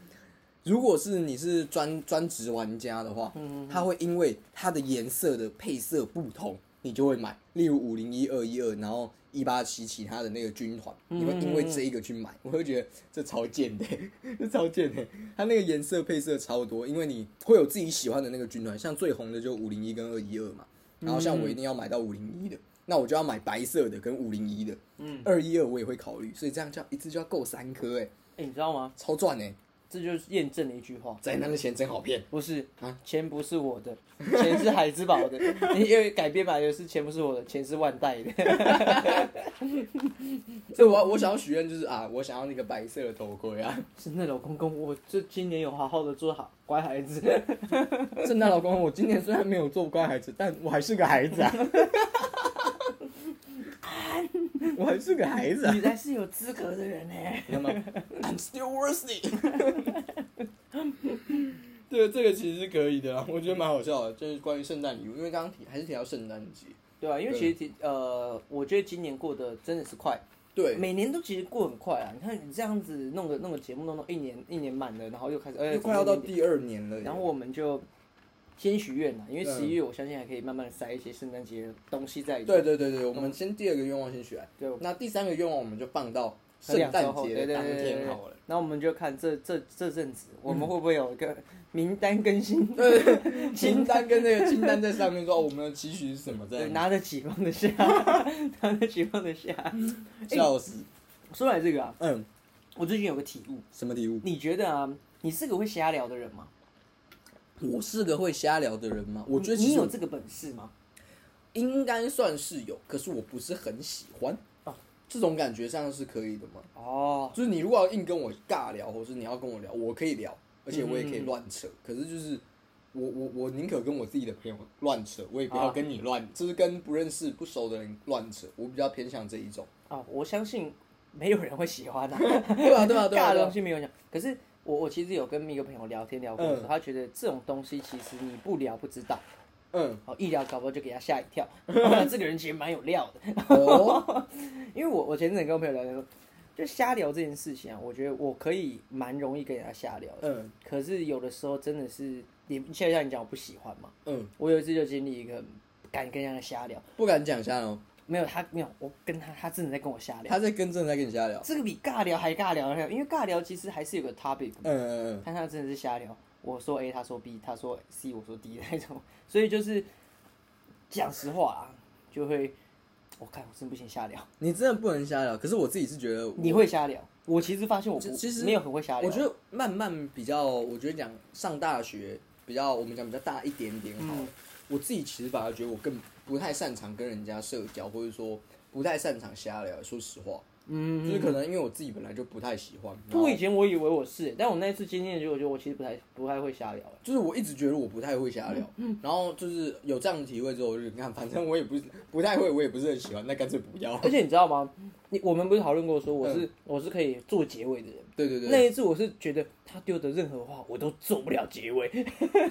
Speaker 1: 如果是你是专专职玩家的话，他会因为它的颜色的配色不同，你就会买。例如五零一二一二，然后一八七其他的那个军团，你会因为这一个去买，我会觉得这超贱的、这超贱的、它那个颜色配色超多，因为你会有自己喜欢的那个军团，像最红的就五零一跟二一二嘛，然后像我一定要买到五零一的。那我就要买白色的跟五零一的，嗯，二一二我也会考虑，所以这样叫一次就要够三颗哎、
Speaker 2: 哎你知道吗？
Speaker 1: 超赚哎、
Speaker 2: 这就是验证了一句话，
Speaker 1: 宅男的钱真好骗。
Speaker 2: 不是
Speaker 1: 啊
Speaker 2: 钱不是我的，钱是海之宝 的。你因为改编版就是钱不是我的，钱是万代的。
Speaker 1: 所以我我想要许愿就是啊，我想要那个白色的头盔啊。
Speaker 2: 真的，老公公，我这今年有好好的做好乖孩子。
Speaker 1: 圣诞老公，我今年虽然没有做乖孩子，但我还是个孩子啊。我还是个孩子啊，
Speaker 2: 你才是有资格的人呢、
Speaker 1: 你看吗？I'm still worthy 。对，这个其实是可以的啦，我觉得蛮好笑的，就是关于圣诞礼物，因为刚刚提还是提到圣诞节。
Speaker 2: 对啊，因为
Speaker 1: 对
Speaker 2: 其实其呃，我觉得今年过得真的是快，
Speaker 1: 对，
Speaker 2: 每年都其实过很快啊。你看你这样子弄个弄个节目，弄到一年一年满了，然后又开始，哎
Speaker 1: 又快要到第二年了耶。
Speaker 2: 然后我们就先许愿了，啊因为
Speaker 1: 嗯
Speaker 2: 十一月我相信还可以慢慢塞一些圣诞节的东西在里面。
Speaker 1: 对对对对，我们先第二个愿望先许来，
Speaker 2: 对，
Speaker 1: 那第三个愿望我们就放到圣
Speaker 2: 两
Speaker 1: 诞
Speaker 2: 周后，
Speaker 1: 节的
Speaker 2: 对对对
Speaker 1: 当
Speaker 2: 对
Speaker 1: 天
Speaker 2: 对
Speaker 1: 好了。。
Speaker 2: 然后我们就看这这这阵子
Speaker 1: 嗯
Speaker 2: 我们会不会有一个 名单 更新，
Speaker 1: 清单跟那个清单在上面说，哦我们的期许是什么？这
Speaker 2: 对，
Speaker 1: 样
Speaker 2: 拿得起放得下， 拿得起放得下。
Speaker 1: 笑死。
Speaker 2: 说来这个啊，
Speaker 1: 嗯，
Speaker 2: 我最近有个体悟，
Speaker 1: 什么礼物？
Speaker 2: 你觉得啊，你是个会瞎聊的人吗？
Speaker 1: 我是个会瞎聊的人吗？我觉得其
Speaker 2: 你你
Speaker 1: 实
Speaker 2: 有
Speaker 1: 我
Speaker 2: 这个本事吗？
Speaker 1: 应该算是有，可是我不是很喜欢。
Speaker 2: 哦
Speaker 1: 这种感觉上是可以的吗？
Speaker 2: 哦，
Speaker 1: 就是你如果要硬跟我尬聊，或是你要跟我聊，我可以聊，而且我也可以乱扯。可是就是我我我宁可跟我自己的朋友乱扯，我也不要
Speaker 2: 啊
Speaker 1: 跟你乱，就是跟不认识不熟的人乱扯。我比较偏向这一种。
Speaker 2: 啊，我相信没有人会喜欢的、啊，
Speaker 1: 对啊对 啊对啊嗯
Speaker 2: 尬
Speaker 1: 对
Speaker 2: 的
Speaker 1: 啊
Speaker 2: 东。西没有人讲。可是我我其实有跟一个朋友聊天聊过的时候，他觉得这种东西其实你不聊不知道，
Speaker 1: 嗯，
Speaker 2: 哦，一聊搞不好就给他吓一 跳。哇这个人其实蛮有料的，
Speaker 1: 哦，
Speaker 2: 因为我我前阵子跟我朋友聊天说，就瞎聊这件事情啊，我觉得我可以蛮容易跟人家瞎聊的，
Speaker 1: 嗯
Speaker 2: 可是有的时候真的是你现在像你讲我不喜欢嘛，
Speaker 1: 嗯，
Speaker 2: 我有一次就经历一个不敢跟人家瞎聊，
Speaker 1: 不敢讲瞎聊。
Speaker 2: 没有他没有我跟他他真的在跟我瞎聊，
Speaker 1: 他在跟正在跟你瞎聊。
Speaker 2: 这个比尬聊还尬聊，因为尬聊其实还是有个 topic，
Speaker 1: 嗯嗯
Speaker 2: 但他真的是瞎聊，我说 A 他说 B 他说 C 我说 D 那种， 所以就是讲实话啊，就会我看我真不行瞎聊，
Speaker 1: 嗯，你真的不能瞎聊。可是我自己是觉得我，
Speaker 2: 你会瞎聊，我其实发现我不
Speaker 1: 其实
Speaker 2: 没有很会瞎聊，
Speaker 1: 我觉得慢慢比较，我觉得讲上大学比较，我们讲比较大一点点好了。
Speaker 2: 嗯
Speaker 1: 我自己其实反而觉得我更不太擅长跟人家社交，或者说不太擅长瞎聊。说实话，
Speaker 2: 嗯，
Speaker 1: 就是可能因为我自己本来就不太喜欢，然后
Speaker 2: 我以前我以为我是，但我那一次经验，就我觉得我其实不太不太会瞎聊。
Speaker 1: 就是我一直觉得我不太会瞎聊，
Speaker 2: 嗯
Speaker 1: 然后就是有这样的体会之后，我就看，反正我也不是不太会，我也不是很喜欢，那干脆不 要。
Speaker 2: 而且你知道吗？你我们不是讨论过说我是、我是可以做结尾的人。
Speaker 1: 对嗯对
Speaker 2: 那
Speaker 1: 对，
Speaker 2: 一次我是觉得他丢的任何话我都做不了结尾，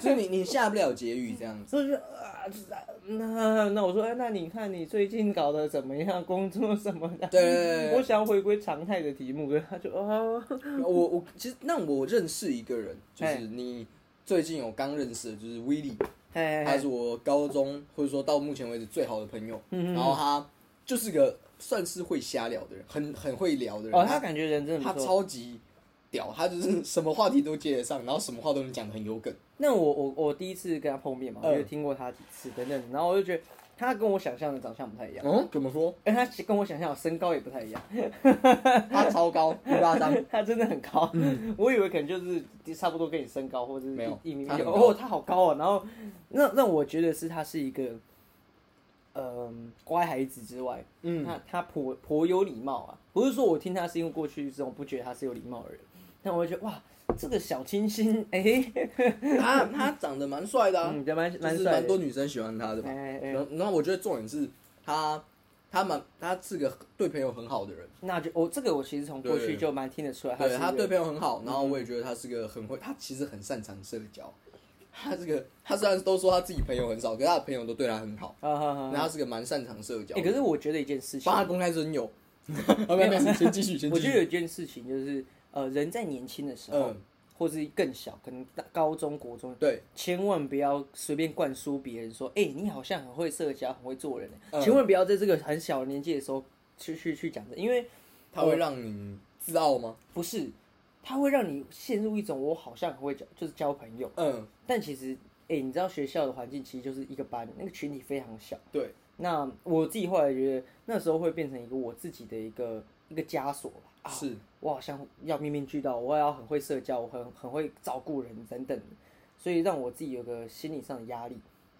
Speaker 1: 就是你你下不了结语这样子。
Speaker 2: 所以就啊，就是啊那那我说，哎，那你看你最近搞得怎么样？工作什么的？
Speaker 1: 对 对
Speaker 2: 我
Speaker 1: 对
Speaker 2: 想回归常态的题目，可是他就啊，
Speaker 1: 对，我我其实那我认识一个人，就是
Speaker 2: 嘿
Speaker 1: 你最近有刚认识的，就是 w i l l y
Speaker 2: 哎，
Speaker 1: 他是我高中或者说到目前为止最好的朋友，
Speaker 2: 嗯嗯嗯
Speaker 1: 然后他就是个算是会瞎聊的人，很很会聊的人。
Speaker 2: 哦，他感觉人真的
Speaker 1: 他
Speaker 2: 不错。
Speaker 1: 超级屌，他就是 什么话题都接得上，然后什么话都能讲得很有梗。
Speaker 2: 那我我我第一次跟他碰面嘛，
Speaker 1: 嗯
Speaker 2: 我就听过他几次等等，然后我就觉得他跟我想象的长相不太一样，
Speaker 1: 嗯，怎么说？
Speaker 2: 哎，他跟我想象的身高也不太一样，
Speaker 1: 他超高，一八 三，
Speaker 2: 他真的很高，我以为可能就是差不多跟你身高或者是
Speaker 1: 嗯没有
Speaker 2: 一一米
Speaker 1: 他很
Speaker 2: 六，
Speaker 1: 高
Speaker 2: 哦，他好高啊、然后让让我觉得是他是一个，嗯、乖孩子之外，
Speaker 1: 嗯
Speaker 2: 他他颇颇有礼貌啊。不是说我听他是因为过去这种不觉得他是有礼貌的人，但我会觉得哇，这个小清新， 哎、
Speaker 1: 他他长得蛮帅的、啊，
Speaker 2: 嗯，对，蛮
Speaker 1: 就
Speaker 2: 蛮
Speaker 1: 是
Speaker 2: 帅
Speaker 1: 蛮多
Speaker 2: 的。
Speaker 1: 女生喜欢他的吧。
Speaker 2: 哎哎
Speaker 1: 然，后然后我觉得重点是他，他蛮他是个对朋友很好的人，
Speaker 2: 那就哦，这个我其实从过
Speaker 1: 对
Speaker 2: 去就蛮听得出来，
Speaker 1: 对他
Speaker 2: 他是一
Speaker 1: 对
Speaker 2: 个嗯
Speaker 1: 朋友很好，然后我也觉得他是个很会，他其实很擅长社交。他这个他虽然都说他自己朋友很少，可是他的朋友都对他很好，
Speaker 2: 啊哈
Speaker 1: 然
Speaker 2: 哈。
Speaker 1: 后他是个蛮擅长社交
Speaker 2: 哎、
Speaker 1: 的。
Speaker 2: 可是我觉得一件事情
Speaker 1: 帮，他公开真 有，啊没有没有，先继续先
Speaker 2: 我
Speaker 1: 继
Speaker 2: 觉得
Speaker 1: 续。
Speaker 2: 有一件事情就是，呃，人在年轻的时候，
Speaker 1: 嗯，
Speaker 2: 或是更小，可能大高中、国中，
Speaker 1: 对，
Speaker 2: 千万不要随便灌输别人说，哎、你好像很会社交，很会做人、
Speaker 1: 嗯
Speaker 2: 千万不要在这个很小的年纪的时候去去去讲这，因为
Speaker 1: 他会让你自傲吗？
Speaker 2: 不是，它会让你陷入一种我好像很会交，就是交朋友，
Speaker 1: 嗯，
Speaker 2: 但其实，哎、你知道学校的环境其实就是一个班，那个群体非常小。
Speaker 1: 对，
Speaker 2: 那我自己后来觉得，那时候会变成一个我自己的一个一个枷锁吧。啊，
Speaker 1: 是，
Speaker 2: 我好像要面面俱到，我也要很会社交，我很很会照顾人等等，所以让我自己有个心理上的压力。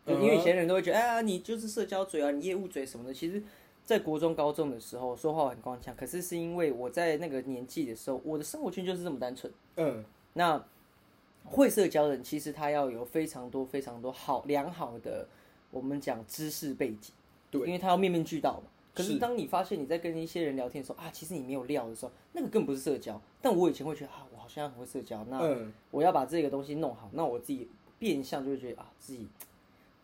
Speaker 2: 就
Speaker 1: 嗯
Speaker 2: 因为以前人都会觉得，哎、呀，你就是社交嘴啊，你业务嘴什么的。其实，在国中、高中的时候，说话很官腔，可是是因为我在那个年纪的时候，我的生活圈就是这么单纯。
Speaker 1: 嗯，
Speaker 2: 那会社交的人，其实他要有非常多、非常多好良好的，我们讲知识背景，
Speaker 1: 对，
Speaker 2: 因为他要面面俱到嘛。可
Speaker 1: 是
Speaker 2: 是当你发现你在跟一些人聊天的时候啊，其实你没有料的时候，那个更不是社交。但我以前会觉得啊，我好像很会社交，那
Speaker 1: 嗯，
Speaker 2: 我要把这个东西弄好，那我自己变相就会觉得啊，自己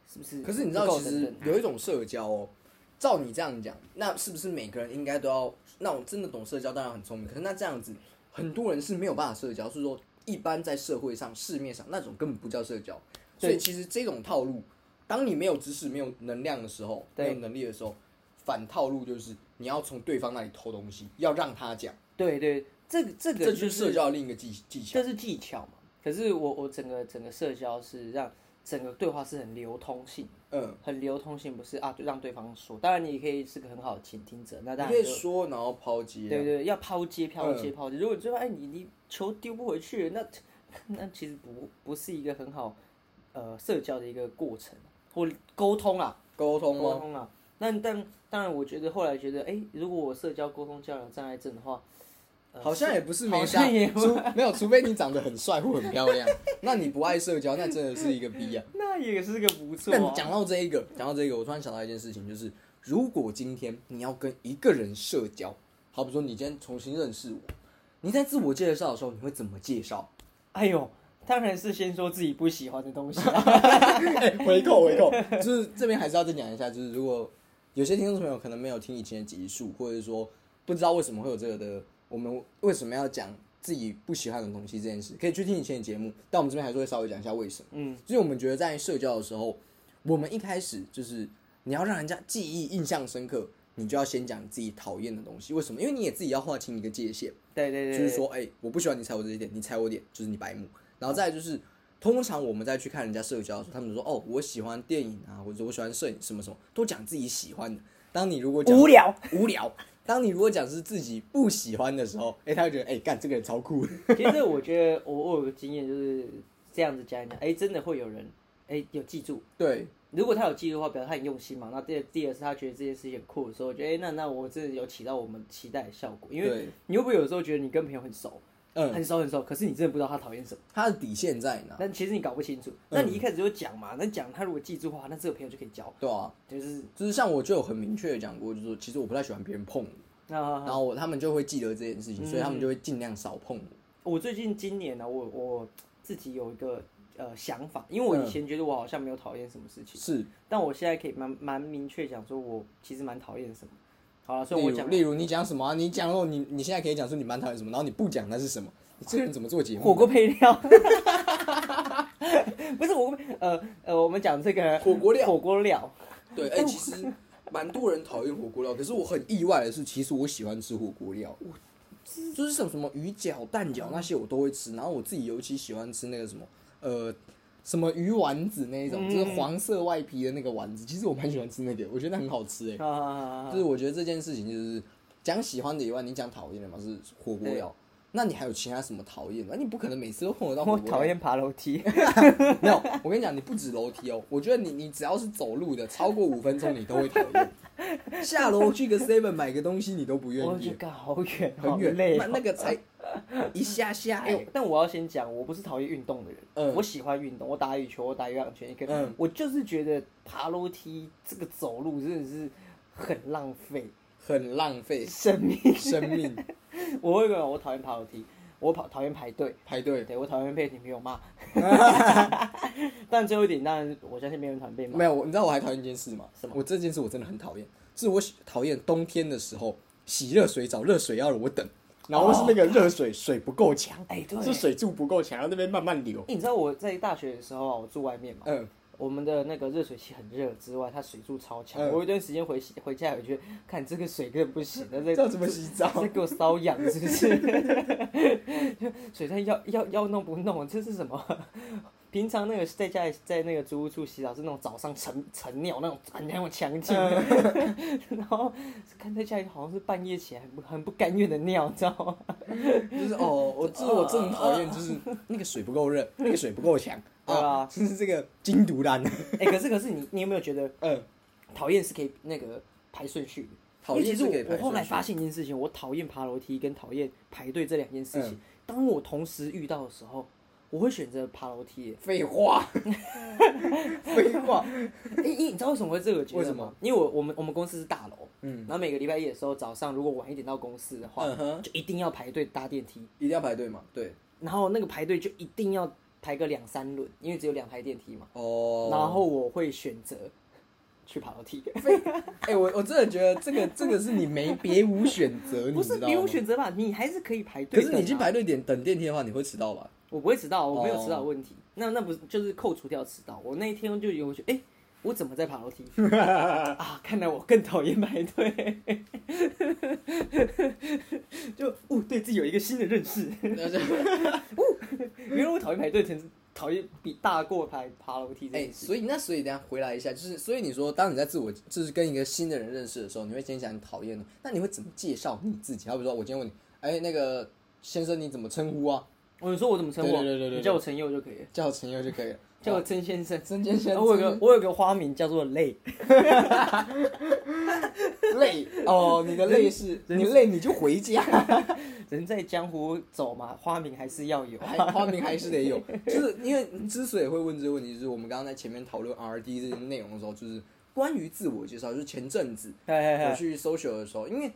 Speaker 2: 是不是？
Speaker 1: 可是你知道，其实有一种社交哦，照你这样讲，那是不是每个人应该都要？那我真的懂社交，当然很聪明。可是那这样子，很多人是没有办法社交，是说一般在社会上、市面上那种根本不叫社交。所
Speaker 2: 对
Speaker 1: 以其实这种套路，当你没有知识、没有能量的时候，没
Speaker 2: 对
Speaker 1: 有能力的时候，反套路就是你要从对方那里偷东西，要让他讲，
Speaker 2: 对对，这个这个
Speaker 1: 这
Speaker 2: 就
Speaker 1: 就是
Speaker 2: 是
Speaker 1: 社交的另一个技技巧。
Speaker 2: 这是技巧嘛。可是我我整个整个社交是让整个对话是很流通性。
Speaker 1: 嗯，
Speaker 2: 很流通性，不是啊，就让对方说。当然，你也可以是个很好的倾听者，那
Speaker 1: 你
Speaker 2: 当
Speaker 1: 可以
Speaker 2: 然就
Speaker 1: 说，然后抛接啊、
Speaker 2: 对对对，要抛接抛接
Speaker 1: 嗯
Speaker 2: 抛接。如果你最后哎你你球丢不回去，那那其实不不是一个很好呃社交的一个过程或沟通啊，
Speaker 1: 沟通吗？
Speaker 2: 沟通啊。那但当然，我觉得后来觉得，哎、如果我社交沟通交流障碍症的话，呃
Speaker 1: 好像也不是没
Speaker 2: 好
Speaker 1: 下，
Speaker 2: 像也
Speaker 1: 除没有，除非你长得很帅或很漂 亮。那你不爱社交，那真的是一个逼啊！
Speaker 2: 那也是个不错、
Speaker 1: 但
Speaker 2: 啊。
Speaker 1: 讲到这一个，讲到这一个，我突然想到一件事情，就是如果今天你要跟一个人社交，好比说你今天重新认识我，你在自我介绍的时候，你会怎么介绍？
Speaker 2: 哎呦，当然是先说自己不喜欢 的东西、啊。
Speaker 1: 哎、 回扣回扣，就是这边还是要再讲一下，就是如果有些听众朋友可能没有听以前的集数，或者是说不知道为什么会有这个的，我们为什么要讲自己不喜欢的东西这件事，可以去听以前的节目，但我们这边还是会稍微讲一下为什么。
Speaker 2: 嗯，
Speaker 1: 就是我们觉得在社交的时候，我们一开始就是你要让人家记忆印象深刻，你就要先讲你自己讨厌的东西，为什么？因为你也自己要划清一个界限。
Speaker 2: 对对对，
Speaker 1: 就是说，哎、我不喜欢你踩我这一点，你踩我点，就是你白目。然后再来就是，通常我们再去看人家社交的时候，他们说，哦，我喜欢电影啊，或者我喜欢摄影什么什么，都讲自己喜欢的。当你如果讲
Speaker 2: 无聊。
Speaker 1: 无聊，当你如果讲是自己不喜欢的时候，哎、他会觉得，哎、干这个人超酷。
Speaker 2: 其实我觉得我我有个经验就是这样子讲一讲，哎、真的会有人哎、有记住，
Speaker 1: 对，
Speaker 2: 如果他有记录的话，表示他很用心嘛。那第二第二是他觉得这件事情很酷的时候，我觉得哎、诶那那我真的有起到我们期待的效果。因为
Speaker 1: 对，
Speaker 2: 你会不会有时候觉得你跟朋友很熟，
Speaker 1: 嗯，
Speaker 2: 很熟很熟，可是你真的不知道他讨厌什么，
Speaker 1: 他的底线在哪？
Speaker 2: 但其实你搞不清楚。
Speaker 1: 嗯
Speaker 2: 那你一开始就讲嘛，那讲他如果记住的话，那这个朋友就可以交，
Speaker 1: 对啊，
Speaker 2: 就是
Speaker 1: 就是像我就有很明确的讲过，就是说其实我不太喜欢别人
Speaker 2: 啊
Speaker 1: 碰我，
Speaker 2: 那
Speaker 1: 然后我他们就会记得这件事情，所以他们就会尽量少碰我。
Speaker 2: 我最近今年呢、我我自己有一个呃想法，因为我以前觉得我好像没有讨厌什么事情，
Speaker 1: 嗯是，
Speaker 2: 但我现在可以蛮蛮明确讲说，我其实蛮讨厌什么。好了，虽
Speaker 1: 例
Speaker 2: 然我
Speaker 1: 如
Speaker 2: 讲
Speaker 1: 例如你讲什么啊？你讲哦，你你现在可以讲说你蛮讨厌什么，然后你不讲那是什么？你这个人怎么做节目？
Speaker 2: 火锅配料， 不是火锅配，呃呃，我们讲这个
Speaker 1: 火锅料
Speaker 2: 火锅料，
Speaker 1: 对，哎、其实蛮多人讨厌火锅料，可是我很意外的是，其实我喜欢吃火锅料。就是什么什么鱼饺、蛋饺那些我都会吃，然后我自己尤其喜欢吃那个什么，呃，什么鱼丸子那一种，就是黄色外皮的那个丸子。其实我蛮喜欢吃那个，我觉得很好吃哎、
Speaker 2: 啊
Speaker 1: 就是我觉得这件事情就是讲喜欢的以外，你讲讨厌的嘛是火锅料，那你还有其他什么讨厌的？你不可能每次都碰得到火
Speaker 2: 我
Speaker 1: 锅料
Speaker 2: 讨厌爬楼梯，
Speaker 1: 没有，我跟你讲，你不止楼梯哦，我觉得你你只要是走路的，超过五分钟你都会讨厌。下楼去个 seven 买个东西你都不愿
Speaker 2: 我觉
Speaker 1: 意，
Speaker 2: 得好远，好
Speaker 1: 很远，
Speaker 2: 累
Speaker 1: 那
Speaker 2: 哦
Speaker 1: 那个才一下下
Speaker 2: 哎、
Speaker 1: 哎，
Speaker 2: 但我要先讲，我不是讨厌运动的人，
Speaker 1: 嗯
Speaker 2: 我喜欢运动，我打羽球，我打有氧圈，也可以。
Speaker 1: 嗯
Speaker 2: 我就是觉得爬楼梯这个走路真的是很浪费
Speaker 1: 很浪费
Speaker 2: 生命。
Speaker 1: 生 命。
Speaker 2: 我会讲，我讨厌爬楼梯，我跑讨厌排队，
Speaker 1: 排队
Speaker 2: 对我讨厌被女朋友 骂。但最后一点，当然我相信没有人讨厌被骂
Speaker 1: 没。有，我你知道我还讨厌一件事吗？
Speaker 2: 什么
Speaker 1: 我这件事我真的很讨厌，是我喜讨厌冬天的时候洗热水澡，热水要我等，然后是那个热水水不够强，
Speaker 2: 哎、哦对，
Speaker 1: 是水柱不够强，然后那边慢慢流。
Speaker 2: 哎你知道我在大学的时候啊，我住外面嘛，
Speaker 1: 嗯，
Speaker 2: 我们的那个热水器很热之外，它水柱超强。
Speaker 1: 嗯
Speaker 2: 我有一段时间回回家，我觉得看这个水根本不行，那这
Speaker 1: 这要怎么洗澡？
Speaker 2: 在给我瘙痒是 不是？水在要要要弄不弄？这是什么？平常那个在家里在那个租屋处洗澡是那种早上晨晨尿那种很很有强劲的， 然后看在家里好像是半夜起来很不很不甘愿的尿，你知道吗？
Speaker 1: 就是哦，我这我真的很讨厌，就是那个水不够热，那个水不够强
Speaker 2: 哦 对啊
Speaker 1: 就是这个金独蓝，
Speaker 2: 哎、可是可是你你有没有觉得
Speaker 1: 嗯，
Speaker 2: 讨厌是可以那个排顺序的？
Speaker 1: 讨厌
Speaker 2: 因为
Speaker 1: 是可以
Speaker 2: 其实
Speaker 1: 排
Speaker 2: 我我后来
Speaker 1: 顺序
Speaker 2: 发现一件事情，我讨厌爬楼梯跟讨厌排队这两件事情。
Speaker 1: 嗯
Speaker 2: 当我同时遇到的时候，我会选择爬楼梯耶。
Speaker 1: 废话，废话，
Speaker 2: 因哎因你知道为什么会这个结
Speaker 1: 为
Speaker 2: 论
Speaker 1: 什
Speaker 2: 吗
Speaker 1: 么？
Speaker 2: 因为我我们我们公司是大楼，
Speaker 1: 嗯
Speaker 2: 然后每个礼拜一的时候早上，如果晚一点到公司的话，
Speaker 1: 嗯哼
Speaker 2: 就一定要排队搭电梯，
Speaker 1: 一定要排队嘛，对，
Speaker 2: 然后那个排队就一定要排个两三轮，因为只有两台电梯嘛。
Speaker 1: 哦，
Speaker 2: 然后我会选择去爬楼梯，
Speaker 1: 哎、我我真的觉得这个这个是你没别无选择，你
Speaker 2: 不
Speaker 1: 知
Speaker 2: 是
Speaker 1: 道
Speaker 2: 别无
Speaker 1: 吗
Speaker 2: 选择吧？你还是可以 排
Speaker 1: 可啊
Speaker 2: 队、
Speaker 1: 是你去排，队点等电梯的话，你会迟 到吧？
Speaker 2: 我不会迟到，我没有
Speaker 1: 哦
Speaker 2: 迟到的问题。那那不是就是扣除掉迟到？我那一天就有觉得，哎、我怎么在爬 楼梯啊？看来我更讨厌排队， 就哦，对自己有一个新的认识。原来我讨厌排队，真是讨厌比大过排爬楼梯这
Speaker 1: 哎、
Speaker 2: 件事。
Speaker 1: 所以那所以等一下回来一下，就是所以你说，当你在自我就是跟一个新的人认识的时候，你会先想你讨厌的，那你会怎么介绍你自己？好比说，我今天问你，哎、那个先生你怎么称呼啊？
Speaker 2: 我你说我怎么称呼啊？
Speaker 1: 对对对对对
Speaker 2: 你叫我陈佑就可以了，
Speaker 1: 叫我陈佑就可以了。哦
Speaker 2: 叫我曾先生。
Speaker 1: 曾先生，
Speaker 2: 我有个我有个花名叫做累，
Speaker 1: 累哦， 你的累是，你累你就回家，
Speaker 2: 人在江湖走嘛，花名还是要有。
Speaker 1: 还 花名还是得有。就是因为之所以会问这个问题，就是我们刚刚在前面讨论 R D 这些内容的时候，就是关于自我介绍，就是前阵子
Speaker 2: 嘿嘿
Speaker 1: 我
Speaker 2: 嘿
Speaker 1: 去 social 的时候，因为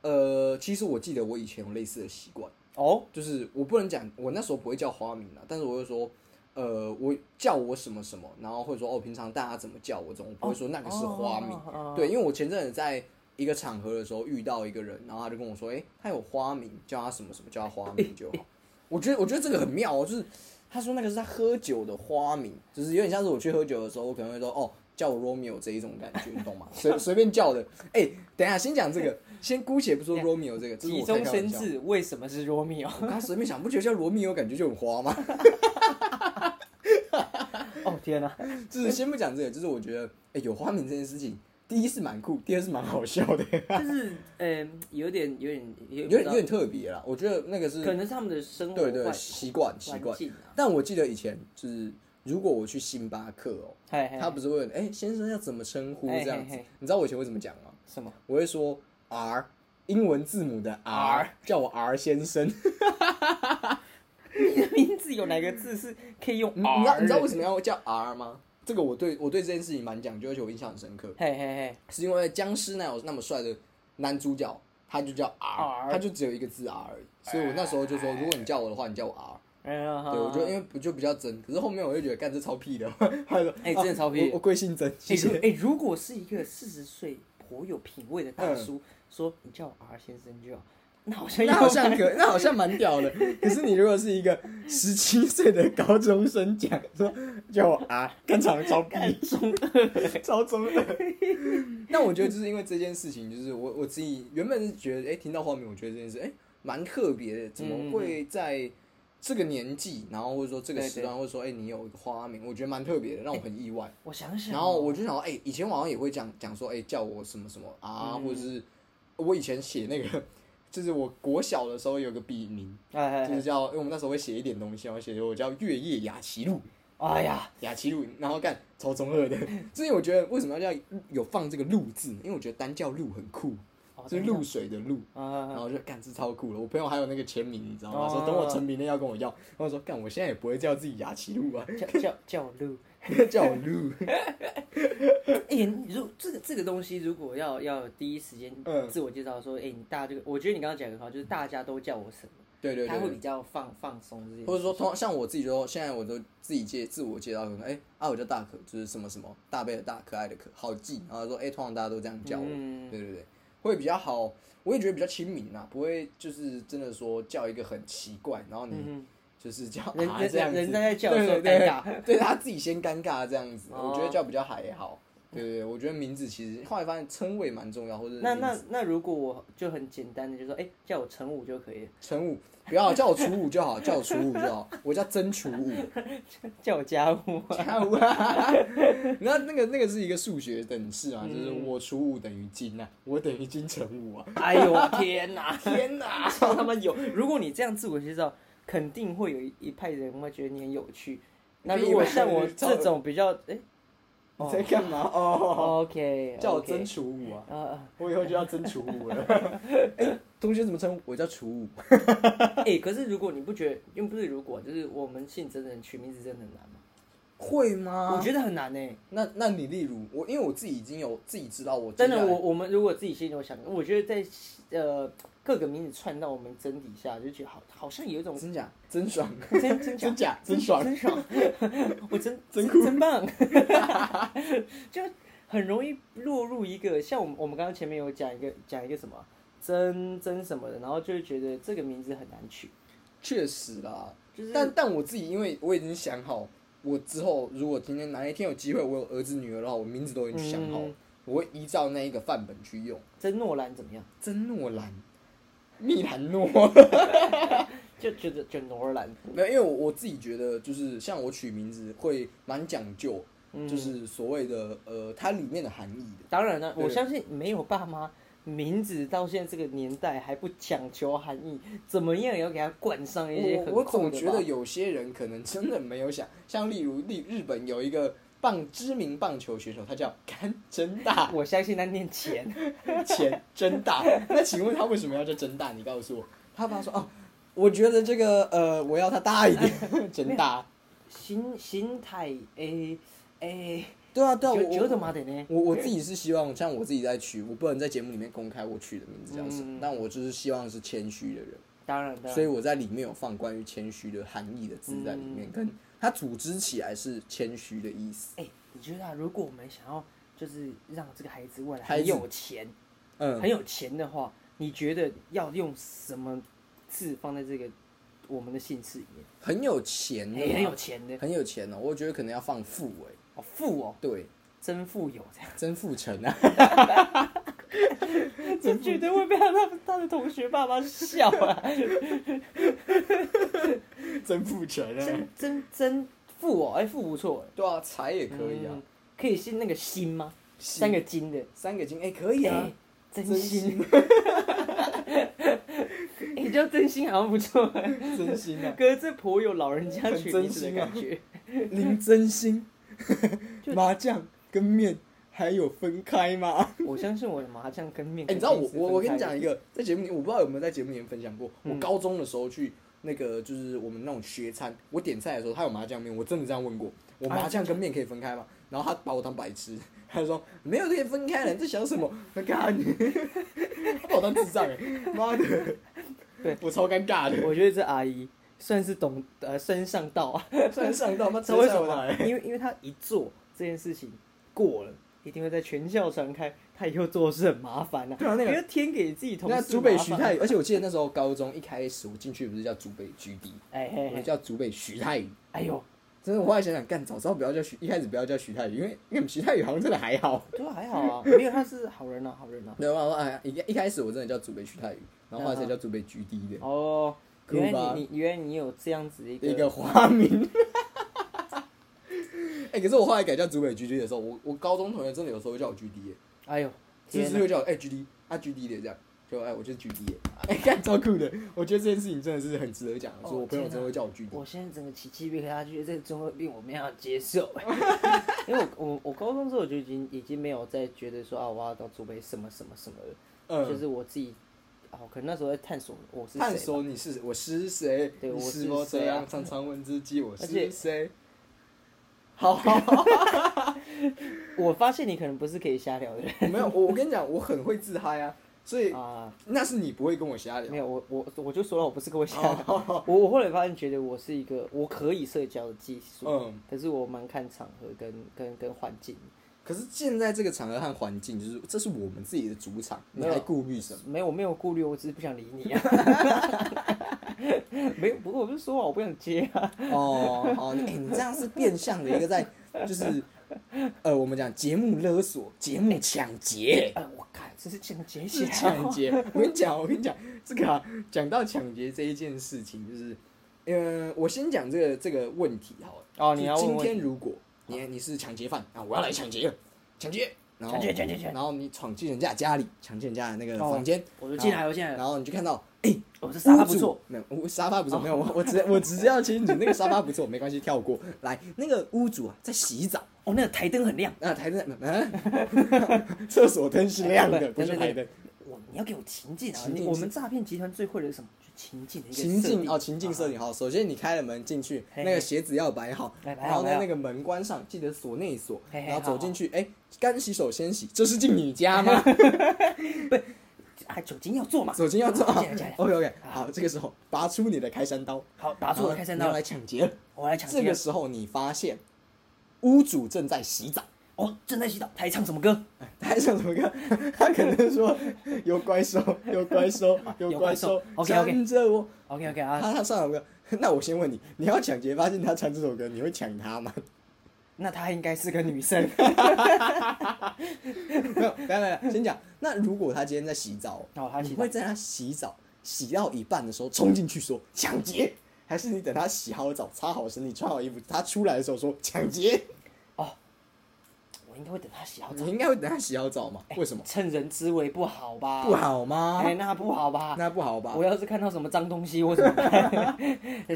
Speaker 1: 呃，其实我记得我以前有类似的习惯。
Speaker 2: 哦，
Speaker 1: 就是我不能讲，我那时候不会叫花名啦，但是我会说，呃，我叫我什么什么，然后会说哦，平常大家怎么叫我怎么，我不会说那个是花名。
Speaker 2: 哦哦哦哦
Speaker 1: 对，因为我前阵子在一个场合的时候遇到一个人，然后他就跟我说，诶，他有花名，叫他什么什么，叫他花 名就好。我觉得我觉得这个很妙哦，就是他说那个是他喝酒的花名，就是有点像是我去喝酒的时候，我可能会说哦。叫我 Romeo 这一种感觉，你懂吗？随随便叫的。哎、等一下，先讲这个，先姑且不 说 Romeo 这个，这是
Speaker 2: 急
Speaker 1: 我开
Speaker 2: 中
Speaker 1: 开玩
Speaker 2: 生
Speaker 1: 笑。
Speaker 2: 智为什么是哦 Romeo？
Speaker 1: 我刚随便想，不觉得叫罗密欧感觉就很花 吗？
Speaker 2: 哦天 哪、
Speaker 1: 就是先不讲这个，就是我觉得，哎、有花名这件事情，第一是蛮酷，第二是蛮好笑 的，
Speaker 2: 就是嗯、有点有点有
Speaker 1: 有点有点特别啦。我觉得那个是
Speaker 2: 可能是他们的生活
Speaker 1: 对对
Speaker 2: 环
Speaker 1: 习惯习
Speaker 2: 环
Speaker 1: 惯。
Speaker 2: 境啊。
Speaker 1: 但我记得以前就是如果我去星巴克哦，
Speaker 2: 嘿嘿，
Speaker 1: 他不是会问，哎、先生要怎么称呼
Speaker 2: 嘿
Speaker 1: 这样子
Speaker 2: 嘿嘿？
Speaker 1: 你知道我以前会怎么讲吗？
Speaker 2: 什么？
Speaker 1: 我会说 R，英文字母的 R，叫我 R 先生。你
Speaker 2: 你的 名字有哪个字是可以用 R？
Speaker 1: 知道你知道为什么
Speaker 2: 么？
Speaker 1: 要叫 R 吗？这个我对我对这件事情蛮讲究，而且我印象很深刻，
Speaker 2: 嘿嘿嘿，
Speaker 1: 是因为僵尸那有那么帅的男主角，他就叫 R，
Speaker 2: R
Speaker 1: 他就只有一个字 R 而已，所以我那时候就说，如果你叫我的话，你叫我 R。
Speaker 2: 嗯，
Speaker 1: 对，我觉得因
Speaker 2: 为
Speaker 1: 为不就比较真，可是后面我就觉得干这超屁的， 他说
Speaker 2: 哎真的超屁
Speaker 1: 啊我我贵姓真，谢
Speaker 2: 哎
Speaker 1: 谢
Speaker 2: 如。哎，如果是一个四十岁颇有品味的大叔说你叫我 R 先生就好，那好像
Speaker 1: 嗯那好
Speaker 2: 要
Speaker 1: 像可，那好像蛮屌 的。可是你如果是一个十七岁的高中生讲说叫我啊，干场超逼，
Speaker 2: 中欸
Speaker 1: 超中 二。那我觉得就是因为这件事情，就是我我自己原本是觉得，哎、听到画面，我觉得这件事，哎、蛮特别的，怎么会在这个年纪，然后或者说这个时段，或者说哎、你有一个花名，我觉得蛮特别的，让我很意外。
Speaker 2: 我想想哦，
Speaker 1: 然后我就想说，哎、以前我好像也会讲讲说，哎、叫我什么什么啊，
Speaker 2: 嗯
Speaker 1: 或者是我以前写那个，就是我国小的时候有个笔名，
Speaker 2: 哎哎
Speaker 1: 就是
Speaker 2: 哎
Speaker 1: 叫，因为我们那时候会写一点东西，我写我叫月夜雅琪路，
Speaker 2: 哎呀，
Speaker 1: 雅琪路，然后干超中二的，
Speaker 2: 嗯
Speaker 1: 所以我觉得为什么要叫有放这个路字，因为我觉得单叫路很酷，
Speaker 2: 哦
Speaker 1: 就是露水的露。
Speaker 2: 啊啊
Speaker 1: 然
Speaker 2: 啊
Speaker 1: 后我就干，这超酷了。我朋友还有那个签名，你知道吗？
Speaker 2: 哦
Speaker 1: 说等我成名了要跟我要。然后我说干，我现在也不会叫自己雅琪路啊，
Speaker 2: 叫叫叫我 Lu。
Speaker 1: 叫我 路。
Speaker 2: 哎、如这个这个东西，如果要要第一时间
Speaker 1: 嗯
Speaker 2: 自我介绍说，哎、你大家这个，我觉得你刚刚讲的很好，就是大家都叫我什么，
Speaker 1: 对对对
Speaker 2: 他会
Speaker 1: 对
Speaker 2: 比较放放松这些。
Speaker 1: 或者说，通像我自己就现在我都自己介自我介绍，可能哎、啊我叫大可，就是什么什么大杯的大，可爱的可，好记。然后说哎、通常大家都这样叫我，
Speaker 2: 嗯
Speaker 1: 对对对，会比较好，我也觉得比较亲民啊，不会就是真的说叫一个很奇怪，然后你
Speaker 2: 嗯
Speaker 1: 就是叫、
Speaker 2: 人
Speaker 1: 啊
Speaker 2: 人
Speaker 1: 这样子，
Speaker 2: 人人家在叫的
Speaker 1: 对
Speaker 2: 时候
Speaker 1: 对对
Speaker 2: 尴尬
Speaker 1: 对他自己先尴尬这样子，
Speaker 2: 哦
Speaker 1: 我觉得叫比较还好。对对对，我觉得名字其实后来发现称谓蛮重要，或者是
Speaker 2: 那
Speaker 1: 名字
Speaker 2: 那那如果我就很简单的就说，哎、叫我陈武就可以了，
Speaker 1: 陈武不要叫我楚武就好，叫我楚武就好，我叫真楚武。
Speaker 2: 叫我家 务。
Speaker 1: 跳舞啊！那那个那个是一个数学等式啊，就是我除五等于金啊，我等于金乘五啊。
Speaker 2: 哎呦天哪，
Speaker 1: 天哪！
Speaker 2: 超 他妈有！如果你这样自我介绍，肯定会有一一派人会觉得你很有趣。那如果像我这种比较，哎、
Speaker 1: 你在干嘛？哦，
Speaker 2: o k
Speaker 1: 叫我真除五啊！
Speaker 2: 啊。
Speaker 1: 我以后就要真除五了。 哎，同学怎么称呼？我叫除五。
Speaker 2: 哎、可是如果你不觉得，又不是如果，就是我们姓真的人取名字真的很难吗？
Speaker 1: 会
Speaker 2: 我
Speaker 1: 吗？
Speaker 2: 觉得很难呢、欸
Speaker 1: 那那你例如我，因为我自己已经有自己知道我
Speaker 2: 真
Speaker 1: 接
Speaker 2: 的，
Speaker 1: 下来
Speaker 2: 我我们如果自己心里有想，我觉得在呃各个名字串到我们真底下，就觉得好好像 有一种
Speaker 1: 真假真爽，
Speaker 2: 真真假
Speaker 1: 真假真爽，
Speaker 2: 真爽，我真
Speaker 1: 真
Speaker 2: 酷真 棒， 就很容易落入一个像我们我们刚刚前面有讲一个讲一个什么真真什么的，然后就会觉得这个名字很难取，
Speaker 1: 确实啦。
Speaker 2: 就是
Speaker 1: 但但我自己，因为我已经想好，我之后如果今天哪一天有机会，我有儿子女儿的话，我名字都已经想好了，
Speaker 2: 嗯
Speaker 1: 我会依照那一个范本去用。
Speaker 2: 真诺兰怎么样？
Speaker 1: 真诺 兰，密兰诺，
Speaker 2: 就觉得就诺兰，
Speaker 1: 没有，因为我我自己觉得，就是像我取名字会蛮讲究，
Speaker 2: 嗯
Speaker 1: 就是所谓的呃，它里面的含义的。
Speaker 2: 当然了，
Speaker 1: 对
Speaker 2: 我相信没有爸妈，名字到现在这个年代还不讲求含义，怎么样也要给它冠上一些很
Speaker 1: 我我总
Speaker 2: 酷的
Speaker 1: 觉
Speaker 2: 吧
Speaker 1: 得有些人可能真的没有想，像例如日日本有一个棒知名棒球选手，他叫甘真大。
Speaker 2: 我相信他 念钱，
Speaker 1: 钱真大。那请问他为什么要叫真大？你告诉我。他爸说哦，我觉得这个呃，我要它大一点， 真大。
Speaker 2: 形形态诶诶，
Speaker 1: 对啊，对啊，
Speaker 2: 九九的
Speaker 1: 我
Speaker 2: 嘛的呢？
Speaker 1: 我我自己是希望，像我自己在取，我不能在节目里面公开我取的名字叫什么
Speaker 2: 嗯，啊
Speaker 1: 但我就是希望是谦虚的人，
Speaker 2: 当然的，
Speaker 1: 所以我在里面有放关于谦虚的含义的字在里
Speaker 2: 嗯
Speaker 1: 面，跟它组织起来是谦虚的意思。
Speaker 2: 哎、你觉得、啊、如果我们想要就是让这个孩子未来
Speaker 1: 孩子
Speaker 2: 很有钱，
Speaker 1: 嗯
Speaker 2: 很，有钱的话，你觉得要用什么字放在这个我们的姓氏里面？
Speaker 1: 很有钱的
Speaker 2: 哎、很有
Speaker 1: 吗，
Speaker 2: 钱的，
Speaker 1: 很有钱哦。我觉得可能要放富哎，
Speaker 2: 哦，富哦，
Speaker 1: 对，
Speaker 2: 真富有这样。
Speaker 1: 曾富成 啊。
Speaker 2: 这绝对会被他他他的同学爸妈笑啊！
Speaker 1: 真不成哎、
Speaker 2: 真真真富哦，哎、富不错
Speaker 1: 对啊，财也可以啊
Speaker 2: 嗯，可以是那个心吗？
Speaker 1: 心
Speaker 2: 三个金的，
Speaker 1: 三个金哎、可以啊
Speaker 2: 哎，真心， 哎、叫真心好像不错、哎
Speaker 1: 真心啊，
Speaker 2: 哎
Speaker 1: 啊
Speaker 2: 哥这颇有老人家取
Speaker 1: 很真
Speaker 2: 名字的
Speaker 1: 心啊
Speaker 2: 感觉。
Speaker 1: 林真心、麻将跟面还有分开吗？
Speaker 2: 我相信我的麻将跟面。
Speaker 1: 哎、你知道我我我跟你讲一，个，在节目里我不知道有没有在节目里面分享过，
Speaker 2: 嗯
Speaker 1: 我高中的时候去那个就是我们那种学餐，我点菜的时候他有麻酱面，我真的这样问过，我麻酱跟面可以分开吗？
Speaker 2: 哎
Speaker 1: 然后他把我当白痴，他就说没有这以分开了，你在想什么？他干， 他把我当智障哎、妈的，
Speaker 2: 对
Speaker 1: 我超尴尬的，
Speaker 2: 我觉得这阿姨算是懂呃身上道啊，
Speaker 1: 突然上到妈
Speaker 2: 知
Speaker 1: 超
Speaker 2: 道为什
Speaker 1: 上
Speaker 2: 么
Speaker 1: 来。
Speaker 2: 吗？因为因为她一做这件事情过了，一定会在全校传开，她以后做事很麻烦啊。
Speaker 1: 对啊那个
Speaker 2: 因为添给自己同事
Speaker 1: 哎那
Speaker 2: 麻烦。哎
Speaker 1: 竹北徐太宇，而且我记得那时候高中一开始我进去不是叫竹北居地，
Speaker 2: 哎
Speaker 1: 我
Speaker 2: 嘿
Speaker 1: 就
Speaker 2: 嘿，
Speaker 1: 叫竹北徐太宇。
Speaker 2: 哎呦，
Speaker 1: 真的，我后来想想，干，早知道不要叫徐，一开始不要叫徐太宇，因为因为徐太宇好像真的还好。
Speaker 2: 都还好啊，没有他是好人啊，好人啊。
Speaker 1: 对吧？我哎，一一开始我真的叫祖北徐太宇，然后后来才叫祖北居低的
Speaker 2: 哦，
Speaker 1: 酷
Speaker 2: 原
Speaker 1: 吧
Speaker 2: 来你你原来你有这样子的一个
Speaker 1: 一个花名。 哎、可是我后来改叫祖北居低的时候，我我高中同学真的有时候会叫我居低耶，
Speaker 2: 哎呦，
Speaker 1: 就是
Speaker 2: 天哪
Speaker 1: 会叫我哎居低啊居低的这样，就哎我就是居低耶， 哎、干超酷的。我觉得这件事情真的是很值得讲的，
Speaker 2: 哦
Speaker 1: 说我朋友真的会叫我居低。
Speaker 2: 我现在整个起鸡皮疙瘩，觉得这个中二病我没办法接受， 因为我我我高中之后就已经已经没有再觉得说啊我要到祖北什么什么什么了，就
Speaker 1: 嗯，
Speaker 2: 是我自己哦，可能那时候在探索我是谁吧
Speaker 1: 探，索你是我是谁，
Speaker 2: 对
Speaker 1: 你
Speaker 2: 我
Speaker 1: 是
Speaker 2: 是
Speaker 1: 否这
Speaker 2: 谁啊
Speaker 1: 样常常问自己我
Speaker 2: 而且
Speaker 1: 是谁？好好好。
Speaker 2: 我发现你可能不是可以瞎聊的 人
Speaker 1: 没有，我我跟你讲，我很会自嗨啊，所以
Speaker 2: 啊，
Speaker 1: 那是你不会跟我瞎 聊
Speaker 2: 没。有我我我就说了我不是跟我瞎聊，
Speaker 1: 哦，
Speaker 2: 我我后来发现觉得我是一个我可以社交的技术，
Speaker 1: 嗯，
Speaker 2: 可是我蛮看场合跟跟跟环境，
Speaker 1: 可是现在这个场合和环境，就是这是我们自己的主场，你
Speaker 2: 没有
Speaker 1: 还顾虑什么？
Speaker 2: 没有，我没有顾虑，我只是不想理 你啊。没有，不过我就说啊，我不想接啊。
Speaker 1: 哦哦，你哎你这样是变相的一个在，就是呃，我们讲节目勒索、节目抢劫。
Speaker 2: 哎，我靠，这是抢劫
Speaker 1: 是
Speaker 2: 起来
Speaker 1: 抢劫！ 我跟你讲，我跟你讲，这个啊，讲到抢劫这一件事情，就是，呃，我先讲这个这个问题好了。
Speaker 2: 哦，
Speaker 1: 就
Speaker 2: 你要
Speaker 1: 今
Speaker 2: 问
Speaker 1: 天
Speaker 2: 问
Speaker 1: 如果你你是抢劫犯啊，我要来抢劫了，抢劫，然后
Speaker 2: 抢劫抢劫抢
Speaker 1: 然后你闯进人家的家里，抢进人家的那个房间，
Speaker 2: 我就进来，我进来
Speaker 1: 然
Speaker 2: 了，
Speaker 1: 后你就看到
Speaker 2: 我这沙
Speaker 1: 沙
Speaker 2: 发
Speaker 1: 发
Speaker 2: 不错，，
Speaker 1: 啊没有我沙发不错，没有我我只我只是要清楚那个沙发不错，没关系，跳过来那个屋主啊在洗澡，
Speaker 2: 哦，那个台灯很亮，
Speaker 1: 那台灯嗯， 厕所灯是亮
Speaker 2: 哎
Speaker 1: 的，不是台灯，
Speaker 2: 我你要给我情境啊！
Speaker 1: 情境
Speaker 2: 你我们诈骗集团最会的是什么？就情境的一个
Speaker 1: 情
Speaker 2: 设
Speaker 1: 境
Speaker 2: 定啊
Speaker 1: 哦情境设定好，首先你开了门进去，那个鞋子要摆好，
Speaker 2: 来来
Speaker 1: 然后呢
Speaker 2: 来
Speaker 1: 那
Speaker 2: 来
Speaker 1: 个门关上，记得锁内锁，
Speaker 2: 嘿嘿
Speaker 1: 然后走
Speaker 2: 好哎
Speaker 1: 进去，哎，干洗手先洗，这是进你家吗？
Speaker 2: 啊，酒精要做嘛？ 啊
Speaker 1: 首先要做
Speaker 2: 好
Speaker 1: 好
Speaker 2: 进来进来
Speaker 1: ，OK OK，
Speaker 2: 好
Speaker 1: 好，这个时候拔出你的开山刀，
Speaker 2: 好，打出我的开山
Speaker 1: 然后你
Speaker 2: 刀
Speaker 1: 要，来抢劫了。
Speaker 2: 我来抢
Speaker 1: 这
Speaker 2: 劫。
Speaker 1: 个时候你发现屋主正在洗澡，
Speaker 2: 哦，正在洗澡，台唱什么歌？
Speaker 1: 他还想怎么看？ 他可能说有怪 兽，有怪兽，有怪兽
Speaker 2: 啊有，怪兽，OK，OK
Speaker 1: 缠着我。
Speaker 2: OK OK 啊，
Speaker 1: 他他上首歌， 那我先问你，你要抢劫发现他唱这首歌，你会抢他吗？
Speaker 2: 那她应该是个女生。
Speaker 1: 没有，等一下等一下，先讲。那如果他今天在洗澡，
Speaker 2: 哦他洗
Speaker 1: 你
Speaker 2: 澡
Speaker 1: 会在他洗澡洗到一半的时候冲进去说抢劫，还是你等他洗好澡、擦好身体、穿好衣服，他出来的时候说抢劫？
Speaker 2: 哦，我应该会等她洗好澡
Speaker 1: 你。应该会等他洗好澡嘛？为什么？
Speaker 2: 趁人之危哎不好吧？
Speaker 1: 不。好吗
Speaker 2: 哎、？那不好吧？
Speaker 1: 那不好啊吧
Speaker 2: 我？要是看到什么脏东西，我怎么办？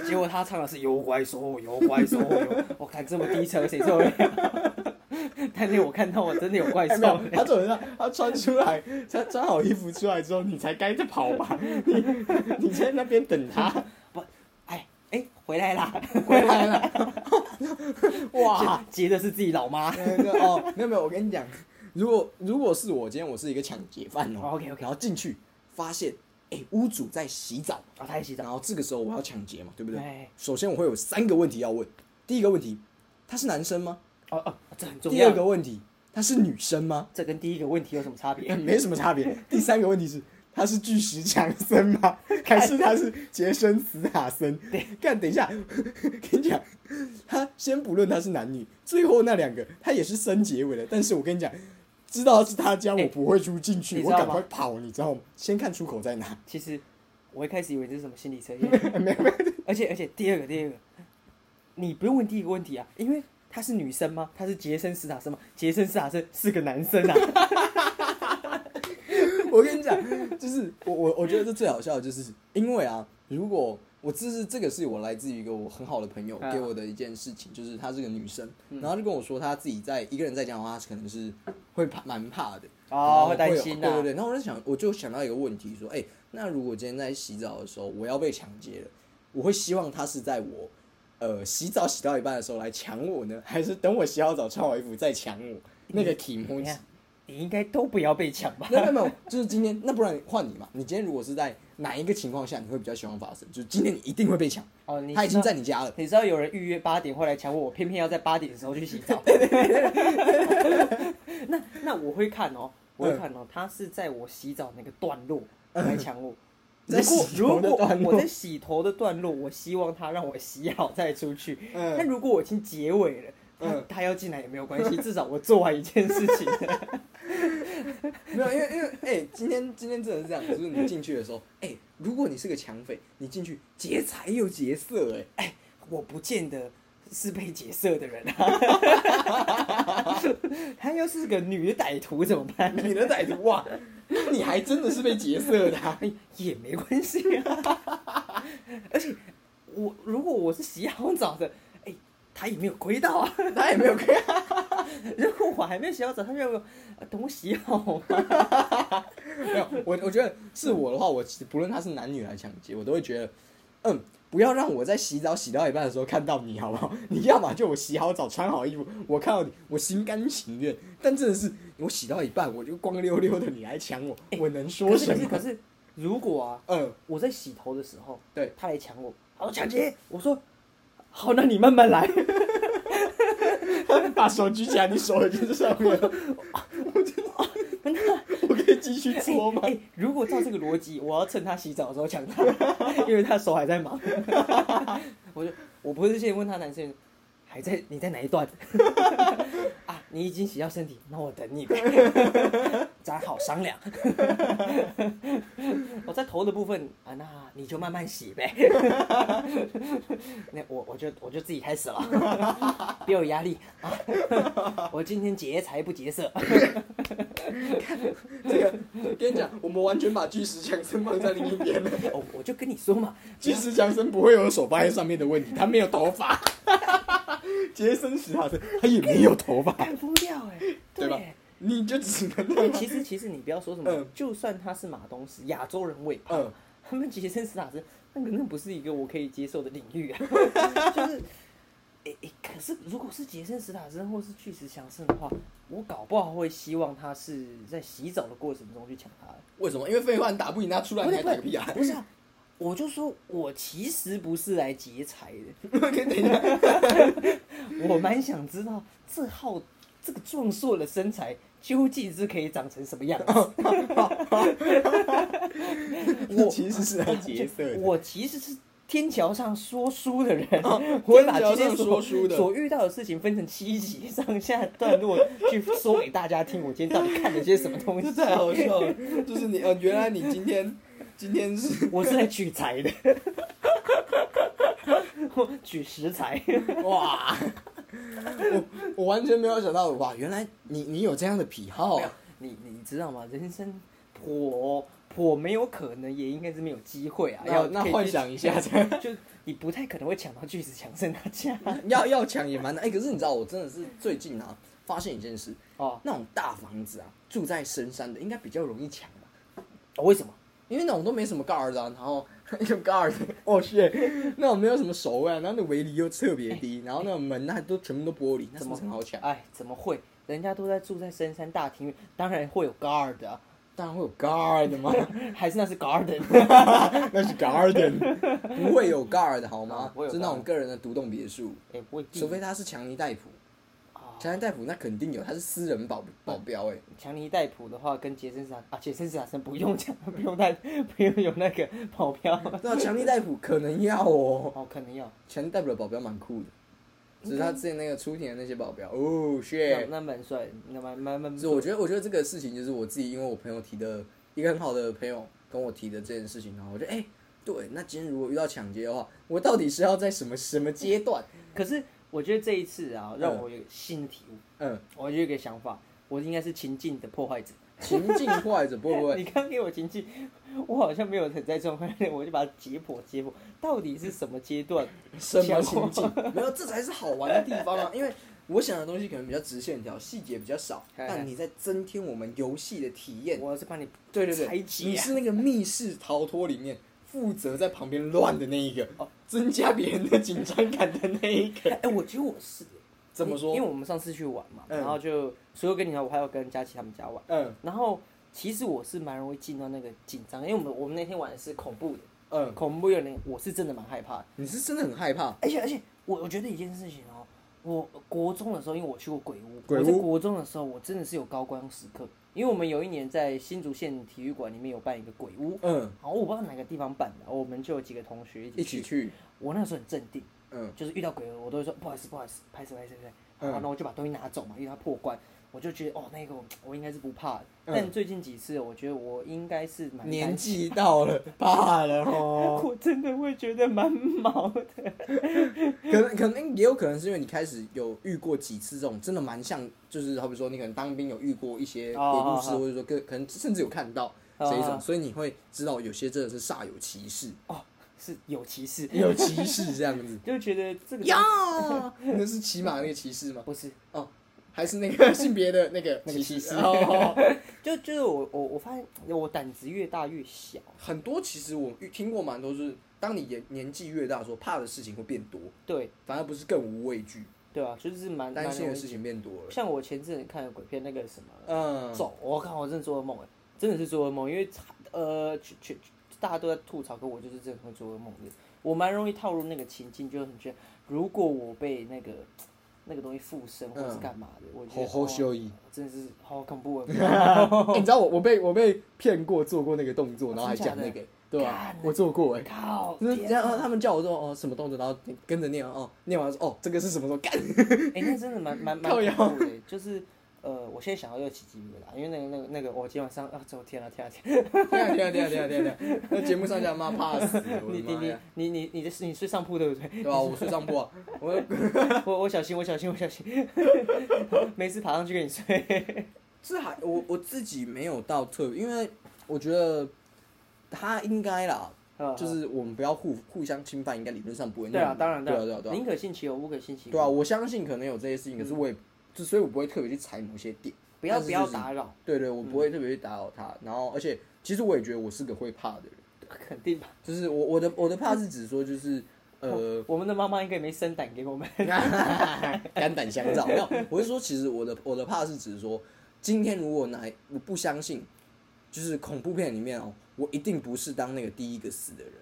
Speaker 2: 结果他唱的 是有怪兽，有怪兽，有我看这么低沉，谁受得了？ 但是我看到我真的有怪
Speaker 1: 哎没有
Speaker 2: 兽，，
Speaker 1: 他怎么样？他穿出来， 他穿好衣服出来之后，你才该跑吧？ 你你在那边等他
Speaker 2: 不，哎哎，回来啦！
Speaker 1: 回来了，哇！
Speaker 2: 结的是自己老妈。
Speaker 1: 那个哦，没有没有，我跟你讲，如果如果是我今天我是一个抢劫犯哦
Speaker 2: 哦，OK，OK
Speaker 1: 然后进去发现，哎、屋主在洗澡，
Speaker 2: 然哦后他也洗
Speaker 1: 然
Speaker 2: 澡，
Speaker 1: 后这个时候我要抢劫嘛，对不对？
Speaker 2: 哎
Speaker 1: 首先我会有三个问题要问，第一个问题，他是男生吗？
Speaker 2: 哦哦，这很重
Speaker 1: 第
Speaker 2: 要。
Speaker 1: 二个，问题，他是女生吗？
Speaker 2: 这跟第一个问题有什么差别
Speaker 1: 也？没什么差别。 第三个问题是，他是巨石强森 吗？还是他是杰森斯塔森？看，等一下，跟你讲，他先不论他是男女，最后那两个他也是生结尾的。但是我跟你讲，知道是他家，我不会住进去，
Speaker 2: 哎你
Speaker 1: 我
Speaker 2: 知道
Speaker 1: 赶
Speaker 2: 吗
Speaker 1: 快跑，你知道吗？先看出口在哪。
Speaker 2: 其实我一开始以为这是什么心理测验，
Speaker 1: 没有
Speaker 2: 而且而且第二个第二个，你不用问第一个问题啊，因为她是女生吗？她是杰森·斯坦森吗？杰森·斯坦森是个男生 啊，
Speaker 1: 我跟你讲，就是我我我觉得这最好笑的就是，因为啊，如果我这是这个是我来自于一个我很好的朋友给我的一件事情，就是她是个女生，
Speaker 2: 嗯
Speaker 1: 然后她就跟我说她自己在一个人在家的话，她可能是会怕蛮怕的，然
Speaker 2: 哦，
Speaker 1: 后
Speaker 2: 会
Speaker 1: 有
Speaker 2: 担
Speaker 1: 对
Speaker 2: 心
Speaker 1: 对
Speaker 2: 呐。
Speaker 1: 对，然后我就想，我就想到一个问题，说，哎、那如果今天在洗澡的时候我要被抢劫了，我会希望他是在我呃洗澡洗到一半的时候来抢我呢，还是等我洗好澡穿好衣服再抢我？那个题目
Speaker 2: 你，看，你应该都不要被抢吧？
Speaker 1: 没有没有，就是今天，那不然换你嘛？你今天如果是在哪一个情况下你会比较希望发生？就是今天你一定会被抢，
Speaker 2: 哦，你
Speaker 1: 他已
Speaker 2: 知
Speaker 1: 经
Speaker 2: 道
Speaker 1: 在你家了，
Speaker 2: 你知道有人预约八点会来抢我，我偏偏要在八点的时候去洗 澡。 那那我会看哦，
Speaker 1: 嗯
Speaker 2: 我会看哦，他是在我洗澡那个段落来抢我。
Speaker 1: 在
Speaker 2: 如果
Speaker 1: 洗头
Speaker 2: 如
Speaker 1: 的
Speaker 2: 果
Speaker 1: 段落
Speaker 2: 我在洗头的段落，我希望他让我洗好再出去。
Speaker 1: 嗯
Speaker 2: 那如果我已经结尾了。他
Speaker 1: 嗯
Speaker 2: 他要进来也没有 关系，至少我做完一件事情。
Speaker 1: 没有，因为因为哎、今天今天真的是这样，就是你进去的时候，哎、如果你是个抢匪，你进去劫财又劫色、哎。
Speaker 2: 我不见得是被劫色的人 啊，他要是个女歹徒怎么办？
Speaker 1: 你的歹徒哇，那你还真的是被劫色的、啊。
Speaker 2: 哎，也没关系啊。 而且我如果我是洗好澡的，哎，他也没有亏到啊。
Speaker 1: 他也没有啊看，
Speaker 2: 如果我还没洗好澡，他就有等我洗好 嘛。
Speaker 1: 没有我，我觉得是我的话，我其实不论他是男女来抢劫，我都会觉得，嗯，不要让我在洗澡洗到一半的时候看到你，好不 好？你要么就我洗好澡穿好衣服，我看到你，我心甘情愿。但真的是我洗到一半，我就光溜溜的，你来抢我，我能说
Speaker 2: 哎可是
Speaker 1: 什
Speaker 2: 可是可
Speaker 1: 么？
Speaker 2: 是，如果啊，
Speaker 1: 嗯，
Speaker 2: 我在洗头的时候，
Speaker 1: 对
Speaker 2: 他来抢我，他说抢劫，我说好，那你慢慢来。
Speaker 1: 把手举起来，你手已经在上面了， 我可以继续搓吗
Speaker 2: 哎、？哎如果照这个逻辑，我要趁他洗澡的时候抢他， 因为他手还在忙。 我就我不是先问他男生还在你在哪一段 啊？你已经洗到身体，那我等你 呗，咱好商量。 我在头的部分啊，那你就慢慢洗呗。 那我我就我就自己开始了， 不要有压力啊！我今天劫财不劫色。
Speaker 1: 这个跟你讲，我们完全把巨石强森放在另一边了。
Speaker 2: 哦，我就跟你说嘛，
Speaker 1: 巨石强森不会有手放在上面的问题，他没有头发。杰森·史塔森他也没有头发，
Speaker 2: 干不掉哎、
Speaker 1: 对吧
Speaker 2: 耶？
Speaker 1: 你就只能
Speaker 2: 所以
Speaker 1: 让他
Speaker 2: 其实其实你不要说什么，
Speaker 1: 嗯
Speaker 2: 就算他是马东石，亚洲人我也怕。
Speaker 1: 嗯
Speaker 2: 他们杰森·斯坦森，那个那不是一个我可以接受的领域啊。 就是，诶、诶、可是如果是杰森·斯坦森或是巨石强森的话，我搞不好会希望他是在洗澡的过程中去抢他的。
Speaker 1: 为什么？因为废话，你打不赢他出来，
Speaker 2: 不
Speaker 1: 你
Speaker 2: 是
Speaker 1: 还
Speaker 2: 不
Speaker 1: 打个屁
Speaker 2: 是
Speaker 1: 啊！
Speaker 2: 不是啊！我就说我其实不是来劫财的。
Speaker 1: 等一下，
Speaker 2: 我蛮想知道这号这个壮硕的身材究竟是可以长成什么样子。
Speaker 1: 我其实是他杰色的。
Speaker 2: 我其实是天桥上说书的 人，我
Speaker 1: 哦天
Speaker 2: 会把
Speaker 1: 桥
Speaker 2: 今天
Speaker 1: 上
Speaker 2: 所
Speaker 1: 说书的
Speaker 2: 所遇到的事情分成七集上下段落去说给大家听。我今天到底看了些什么东西？
Speaker 1: 这太好笑了，就是你呃，原来你今天今天是
Speaker 2: 我是来取材的， 我取食材。
Speaker 1: 哇，我我完全没有想到哇，原来你你有这样的癖好
Speaker 2: 没有，你你知道吗？人生颇颇没有可能，也应该是没有机会啊。
Speaker 1: 那
Speaker 2: 要
Speaker 1: 那
Speaker 2: 可以
Speaker 1: 幻
Speaker 2: 去
Speaker 1: 想一下，
Speaker 2: 就你不太可能会抢到巨石强森 他家
Speaker 1: 要要抢也蛮难。哎、可是你知道，我真的是最近啊，发现一件事，
Speaker 2: 哦。
Speaker 1: 那种大房子啊，住在深山的应该比较容易抢吧，
Speaker 2: 哦为什么？
Speaker 1: 因为那种都没什么 guard 啊，然后有 guard，哦 是，那种没有什么守卫啊，然后那围篱又特别 低，然后那种门那都全部都玻璃，那是不是很好抢？
Speaker 2: 哎，怎么会？人家都在住在深山大庭院，当然会有 guard 啊，
Speaker 1: 当然会有 guard 吗？
Speaker 2: 还是那是 garden
Speaker 1: 那是 garden，不会有 guard 好吗
Speaker 2: 啊？不会有
Speaker 1: 是那
Speaker 2: guard
Speaker 1: 种个人的独栋别墅，
Speaker 2: 哎，未
Speaker 1: 除
Speaker 2: 必。
Speaker 1: 非他是强尼戴普，
Speaker 2: 啊
Speaker 1: 强尼戴普那肯定有，他是私人
Speaker 2: 嗯
Speaker 1: 保保镖哎、
Speaker 2: 强尼戴普的话，跟杰森斯坦啊，杰森斯坦森不用讲， 不用带，不用有那个保镖，
Speaker 1: 那强尼戴普可能要哦，
Speaker 2: 哦，可能要。
Speaker 1: 强尼戴普的保镖蛮酷的，只是他之前那个出庭的那些保镖，哦，shit
Speaker 2: 那。那蛮帅，那蛮蛮蛮。
Speaker 1: 就是我觉得，我觉得这个事情就是我自己，因为我朋友提的一个很好的朋友跟我提的这件事情，然后我觉得，哎、对，那今天如果遇到抢劫的话，我到底是要在什么什么阶段？
Speaker 2: 可是我觉得这一次啊，让我有个新的体悟，
Speaker 1: 嗯，
Speaker 2: 我有一个想法，我应该是情境的破坏者。
Speaker 1: 情境坏着，不会不会，
Speaker 2: 你刚给我情境，我好像没有很在状况内，我就把它解剖解剖，到底是什么阶段？
Speaker 1: 什么情境？没有，这才是好玩的地方啊！因为我想的东西可能比较直线条，细节比较少，
Speaker 2: 嗨
Speaker 1: 但你在增添我们游戏的体验。
Speaker 2: 我是帮你
Speaker 1: 对对对，
Speaker 2: 拆解啊
Speaker 1: 你是那个密室逃脱里面负责在旁边乱的那一个，
Speaker 2: 哦
Speaker 1: 增加别人的紧张感的那一 个。
Speaker 2: 哎、我觉得我是
Speaker 1: 怎么
Speaker 2: 因
Speaker 1: 说
Speaker 2: 因为？我们上次去玩嘛，
Speaker 1: 嗯
Speaker 2: 然后就所有跟你玩，我还有跟佳琪他们家玩，
Speaker 1: 嗯
Speaker 2: 然后其实我是蛮容易进到那个紧张，因为我们我们那天玩的是恐怖的，
Speaker 1: 嗯，
Speaker 2: 恐怖有点我是真的蛮害怕的，
Speaker 1: 你是真的很害怕，
Speaker 2: 而且而且我我觉得一件事情哦。我国中的时候，因为我去过鬼屋，
Speaker 1: 鬼屋
Speaker 2: 我在国中的时候，我真的是有高光时刻，因为我们有一年在新竹县体育馆里面有办一个鬼屋，
Speaker 1: 嗯，
Speaker 2: 好，我不知道哪个地方办的，我们就有几个同学一起
Speaker 1: 一
Speaker 2: 去
Speaker 1: 起去，
Speaker 2: 我那时候很镇定，
Speaker 1: 嗯
Speaker 2: 就是遇到鬼了，我都会说不好意思，不好意思，拍谁拍谁拍谁，
Speaker 1: 嗯
Speaker 2: 然后呢我就把东西拿走嘛，因为它破关，我就觉得哦，那个我我应该是不怕
Speaker 1: 嗯
Speaker 2: 的。但最近几次，我觉得我应该是蛮
Speaker 1: 年
Speaker 2: 担心，
Speaker 1: 纪到 了，怕了哦。
Speaker 2: 我真的会觉得蛮毛的。
Speaker 1: 可能可能也有可能是因为你开始有遇过几次这种真的蛮像，就是好比说你可能当兵有遇过一些鬼故事，
Speaker 2: 哦哦哦
Speaker 1: 或者说可可能甚至有看到
Speaker 2: 哦
Speaker 1: 这一种，
Speaker 2: 哦
Speaker 1: 所以你会知道有些真的是煞有其事，
Speaker 2: 哦，是有歧视，。
Speaker 1: 有歧视这样 子
Speaker 2: 就觉得这个
Speaker 1: 呀，那是骑马那个骑士吗？
Speaker 2: 不是，
Speaker 1: 哦，还是那个 性别的那个
Speaker 2: 那个
Speaker 1: 骑
Speaker 2: 骑士
Speaker 1: 哦，哦哦
Speaker 2: 就就是我我我发现我胆子越大越小。
Speaker 1: 很多其实我遇听过蛮多，就是当你年年纪越大的时候，说怕的事情会变多，
Speaker 2: 对
Speaker 1: 反而不是更无畏惧，
Speaker 2: 对啊，就是蛮
Speaker 1: 担心
Speaker 2: 蛮
Speaker 1: 的
Speaker 2: 容易
Speaker 1: 事情变多了。
Speaker 2: 像我前阵子看的鬼片那个什么。
Speaker 1: 嗯，
Speaker 2: 走，我靠，我真的做噩梦哎，真的是做噩梦，因为呃，全全大家都在吐槽，可我就是真的会做噩梦的，我蛮容易套入那个情境，就很觉得如果我被那个那个东西附身或者
Speaker 1: 嗯
Speaker 2: 是干嘛的，我觉
Speaker 1: 吼
Speaker 2: 得
Speaker 1: 吼
Speaker 2: 哦
Speaker 1: 修一。
Speaker 2: 真的是好恐怖啊！
Speaker 1: 欸你知道我我被我被骗过做过那个动作，
Speaker 2: 哦
Speaker 1: 然后还
Speaker 2: 真假
Speaker 1: 讲
Speaker 2: 的
Speaker 1: 那个，对吧、
Speaker 2: 干
Speaker 1: 我做过哎、欸，
Speaker 2: 靠，
Speaker 1: 就是
Speaker 2: 天
Speaker 1: 然
Speaker 2: 啊
Speaker 1: 后他们叫我做哦什么动作，然后跟着念哦，念完说哦这个是什么时候干？
Speaker 2: 哎、那真的蛮蛮蛮
Speaker 1: 靠腰
Speaker 2: 恐怖的，就是。呃，我现在想到又起鸡皮疙瘩，因为那个、那个、那个，我、今天晚上啊，走天啊天啊天啊！
Speaker 1: 对啊对啊对啊对啊对啊！那节目上讲妈怕死，我
Speaker 2: 你
Speaker 1: 的
Speaker 2: 你
Speaker 1: 妈
Speaker 2: 你
Speaker 1: 呀！
Speaker 2: 你你你的你睡上铺对不对？
Speaker 1: 对吧、我睡上铺啊，我
Speaker 2: 我我小心，我小心，我 小心，没事爬上去跟你睡。
Speaker 1: 这还我我自己没有到特别，因为我觉得他应该啦，就是我们不要互互相侵犯，应该理论上不会那
Speaker 2: 嗯对啊，
Speaker 1: 么
Speaker 2: 当然
Speaker 1: 对
Speaker 2: 当
Speaker 1: 啊
Speaker 2: 然
Speaker 1: 对啊对啊
Speaker 2: 宁可信其有，无可信其无。
Speaker 1: 对啊，我相信可能有这些事情，可是我也就所以我不会特别去踩某些点，
Speaker 2: 嗯不要
Speaker 1: 但是
Speaker 2: 不
Speaker 1: 就是
Speaker 2: 要打扰，嗯
Speaker 1: 对对，我不会特别去打扰他。然后，而且其实我也觉得我是个会怕的人，
Speaker 2: 肯定吧。
Speaker 1: 就是我我的我的怕是指说就是呃
Speaker 2: 我们的妈妈应该没生胆给我们。
Speaker 1: 肝胆相照。没有，我是说其实我的我的怕是指说，今天如果哪一我不相信，就是恐怖片里面哦，我一定不是当那个第一个死的人，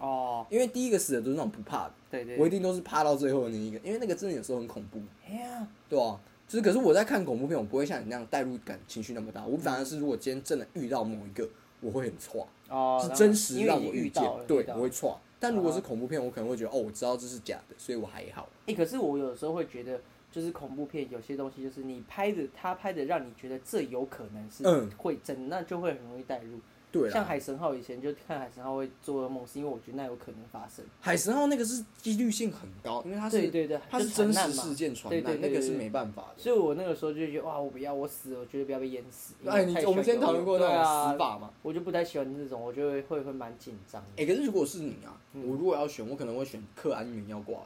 Speaker 2: 哦，
Speaker 1: 因为第一个死的都是那种不怕的，
Speaker 2: 对对
Speaker 1: 我一定都是怕到最后的那一个，因为那个真的有时候很恐怖。
Speaker 2: 哎呀，
Speaker 1: 对啊，就是可是我在看恐怖片，我不会像你那样代入感情绪那么大。我反而是如果今天真的遇到某一个，我会很错，
Speaker 2: 哦，
Speaker 1: 是
Speaker 2: 当然
Speaker 1: 真实
Speaker 2: 因为
Speaker 1: 让
Speaker 2: 已
Speaker 1: 我
Speaker 2: 经
Speaker 1: 遇
Speaker 2: 遇
Speaker 1: 见
Speaker 2: 到了，，
Speaker 1: 对
Speaker 2: 遇，到
Speaker 1: 我会
Speaker 2: 了。
Speaker 1: 错。但如果是恐怖片，我可能会觉得哦，我知道这是假的，所以我还好。
Speaker 2: 哎，可是我有时候会觉得，就是恐怖片有些东西，就是你拍的，他拍的，让你觉得这有可能是
Speaker 1: 嗯
Speaker 2: 会真，那就会很容易带入。
Speaker 1: 对啊
Speaker 2: 像
Speaker 1: 啦，
Speaker 2: 海神号以前就看海神号会做噩梦，是因为我觉得那有可能发生。
Speaker 1: 海神号那个是几率性很高，因为它
Speaker 2: 对
Speaker 1: 是
Speaker 2: 对对，
Speaker 1: 它
Speaker 2: 就是传
Speaker 1: 真
Speaker 2: 难
Speaker 1: 实
Speaker 2: 嘛
Speaker 1: 事件传
Speaker 2: 对对
Speaker 1: 染，那
Speaker 2: 对
Speaker 1: 个
Speaker 2: 对
Speaker 1: 是
Speaker 2: 对
Speaker 1: 没办法的。
Speaker 2: 所以我那个时候就觉得哇，我不要，我死，我绝对不要被淹死。因为
Speaker 1: 哎，你
Speaker 2: 太喜欢
Speaker 1: 我们之前讨论过那
Speaker 2: 游泳
Speaker 1: 种
Speaker 2: 对
Speaker 1: 死
Speaker 2: 啊，
Speaker 1: 法嘛？
Speaker 2: 我就不太喜欢这种，我就会会会蛮紧张的。
Speaker 1: 哎，可是如果是你啊，我如果要选，我可能会选克安原药挂，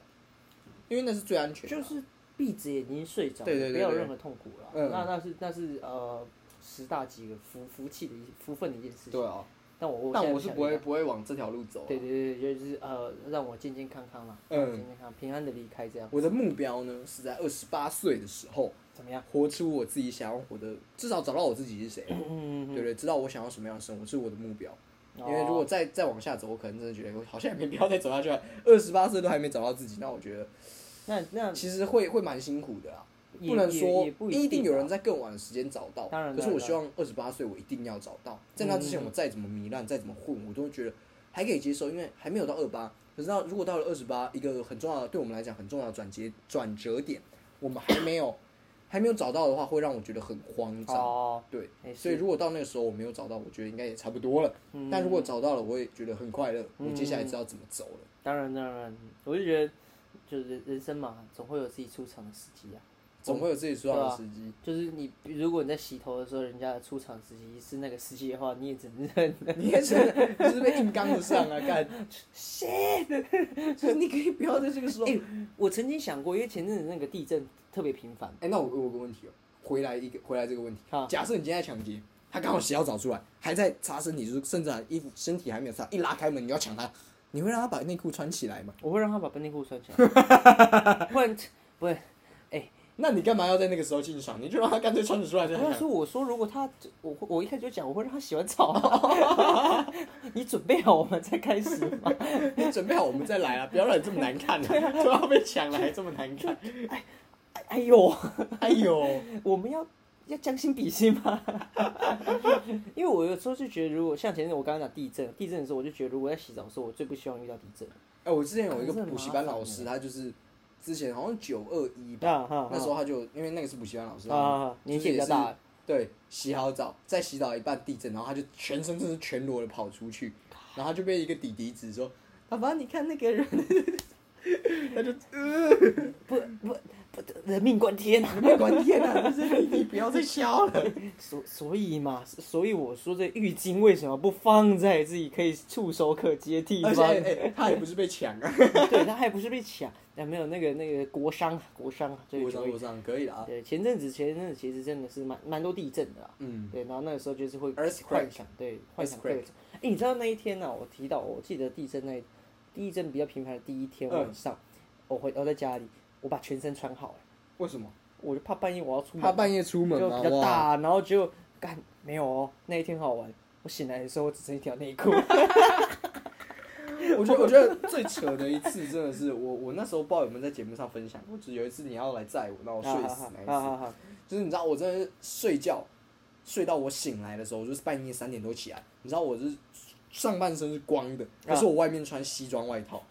Speaker 1: 因为那是最安全的。啊
Speaker 2: 就是闭着眼睛睡着，
Speaker 1: 对对对对
Speaker 2: 不要有任何痛苦了。
Speaker 1: 嗯
Speaker 2: 那那是那是呃十大几个福福气的一福分的一件事情。
Speaker 1: 对啊，
Speaker 2: 但我我
Speaker 1: 但
Speaker 2: 现在
Speaker 1: 我是
Speaker 2: 想
Speaker 1: 不会
Speaker 2: 一下。
Speaker 1: 不会往这条路走啊。
Speaker 2: 对对对，就是呃，让我健健康康嘛，
Speaker 1: 嗯
Speaker 2: 让我健健康，平安的离开这样，
Speaker 1: 我的目标呢是在二十八岁的时候，
Speaker 2: 怎么样？
Speaker 1: 活出我自己想要活的，至少找到我自己是谁，啊
Speaker 2: 嗯，
Speaker 1: 对不对？知道我想要什么样的生活是我的目标。因
Speaker 2: 哦
Speaker 1: 为如果再再往下走，我可能真的觉得我好像也没必要再走下去了。二十八岁都还没找到自己，那我觉得
Speaker 2: 那那
Speaker 1: 其实会会蛮辛苦的啦。
Speaker 2: 也
Speaker 1: 不能
Speaker 2: 也
Speaker 1: 说
Speaker 2: 也不
Speaker 1: 一定有
Speaker 2: 啊
Speaker 1: 人在更晚的时间找到，
Speaker 2: 当然
Speaker 1: 可是我
Speaker 2: 当然
Speaker 1: 希望二十八岁我一定要找到，在那之前
Speaker 2: 嗯
Speaker 1: 我再怎么糜烂，再怎么混，我都觉得还可以接受，因为还没有到二八。可是到如果到了二十八，一个很重要的对我们来讲很重要的转节转折点，我们还没有还没有找到的话，会让我觉得很慌张。
Speaker 2: 哦，
Speaker 1: 对，
Speaker 2: 哎
Speaker 1: 所以
Speaker 2: 是
Speaker 1: 如果到那个时候我没有找到，我觉得应该也差不多了。
Speaker 2: 嗯
Speaker 1: 但如果找到了，我也觉得很快乐，
Speaker 2: 嗯
Speaker 1: 我接下来知道怎么走了。
Speaker 2: 当然当然，我就觉得，就是人人生嘛，总会有自己出场的时机啊。
Speaker 1: 总会有自己出场的时机。
Speaker 2: 就是你，如果你在洗头的时候，人家的出场时机是那个时机的话，你也只能认
Speaker 1: 你也是，就是被硬刚不上啊，干 shit！就是 你可以不要在这个时候。哎、
Speaker 2: 我曾经想过，因为前阵子那个地震特别频繁，
Speaker 1: 那我我有个问题哦，回来一个回来这个问题
Speaker 2: 好，
Speaker 1: 假设你今天在抢劫，他刚好洗好澡出来，还在擦身体，就是甚至还衣服身体还没有擦，一拉开门你要抢他，你会让他把内裤穿起来吗？
Speaker 2: 我会让他把内裤穿起来，不然不会。
Speaker 1: 那你干嘛要在那个时候进场？你就让他干脆穿着出来就
Speaker 2: 我要
Speaker 1: 好。
Speaker 2: 说，我说如果他，我会我一开始就讲，我会让他洗完澡、 你准备好我们再开始吗？
Speaker 1: 你准备好我们再来啊，不要让你这么难看啊，都要被抢了还这么难看。
Speaker 2: 哎哎呦，
Speaker 1: 哎呦，
Speaker 2: 我们要要将心比心吗？ 因为我有时候就觉得，如果像前阵我刚刚讲地震，地震的时候，我就觉得如果在洗澡的时候，我最不希望遇到地震。
Speaker 1: 哎，我之前有一个
Speaker 2: 可是很麻烦
Speaker 1: 补习班老师，他就是之前好像九二一吧，
Speaker 2: 啊哈
Speaker 1: 那时候他就因为那个是补习班老师，
Speaker 2: 啊，
Speaker 1: 就是
Speaker 2: 年纪比较
Speaker 1: 也
Speaker 2: 大
Speaker 1: 是，对，洗好澡，在洗澡一半地震，然后他就全身真是全裸的跑出去，然后他就被一个弟弟指说：“
Speaker 2: 啊
Speaker 1: 爸爸，你看那个 人。”他就
Speaker 2: 不不不，人命关天。
Speaker 1: 没有关天啊，就是你不要再笑了。
Speaker 2: 所所以嘛，所以我说这浴巾为什么不放在自己可以触手可及的地
Speaker 1: 而且
Speaker 2: 方？
Speaker 1: 哎、 哎他也不是被抢啊，
Speaker 2: 对，他还哎不是被抢，啊没有那个那个国商啊国商啊，对
Speaker 1: 我上我上可以的啊，
Speaker 2: 对，前阵子前阵子其实真的是蛮蛮多地震的啊。
Speaker 1: 嗯，
Speaker 2: 对，然后那个时候就是会
Speaker 1: Earthquake
Speaker 2: 幻想，对，幻想
Speaker 1: Earthquake
Speaker 2: 各种。哎、你知道那一天呢、我提到，我记得地震那一地震比较频繁的第一天
Speaker 1: 嗯
Speaker 2: 晚上，我回我在家里，我把全身穿好了，
Speaker 1: 为什么？
Speaker 2: 我就怕半夜我要出门，
Speaker 1: 他半夜出门
Speaker 2: 就
Speaker 1: 吗？
Speaker 2: 比较
Speaker 1: 哇
Speaker 2: 大，然后就干没有哦，那一天好玩。我醒来的时候，我只剩一条 内裤。
Speaker 1: 我觉得我觉得最扯的一次真的是我我那时候不知道有没有在节目上分享过，就是有一次你要来载我，那我哦睡死那一次，
Speaker 2: 啊啊！
Speaker 1: 就是你知道我真的是睡觉睡到我醒来的时候，我就是半夜三点多起来，你知道我是上半身是光的，
Speaker 2: 啊
Speaker 1: 可是我外面穿西装外套，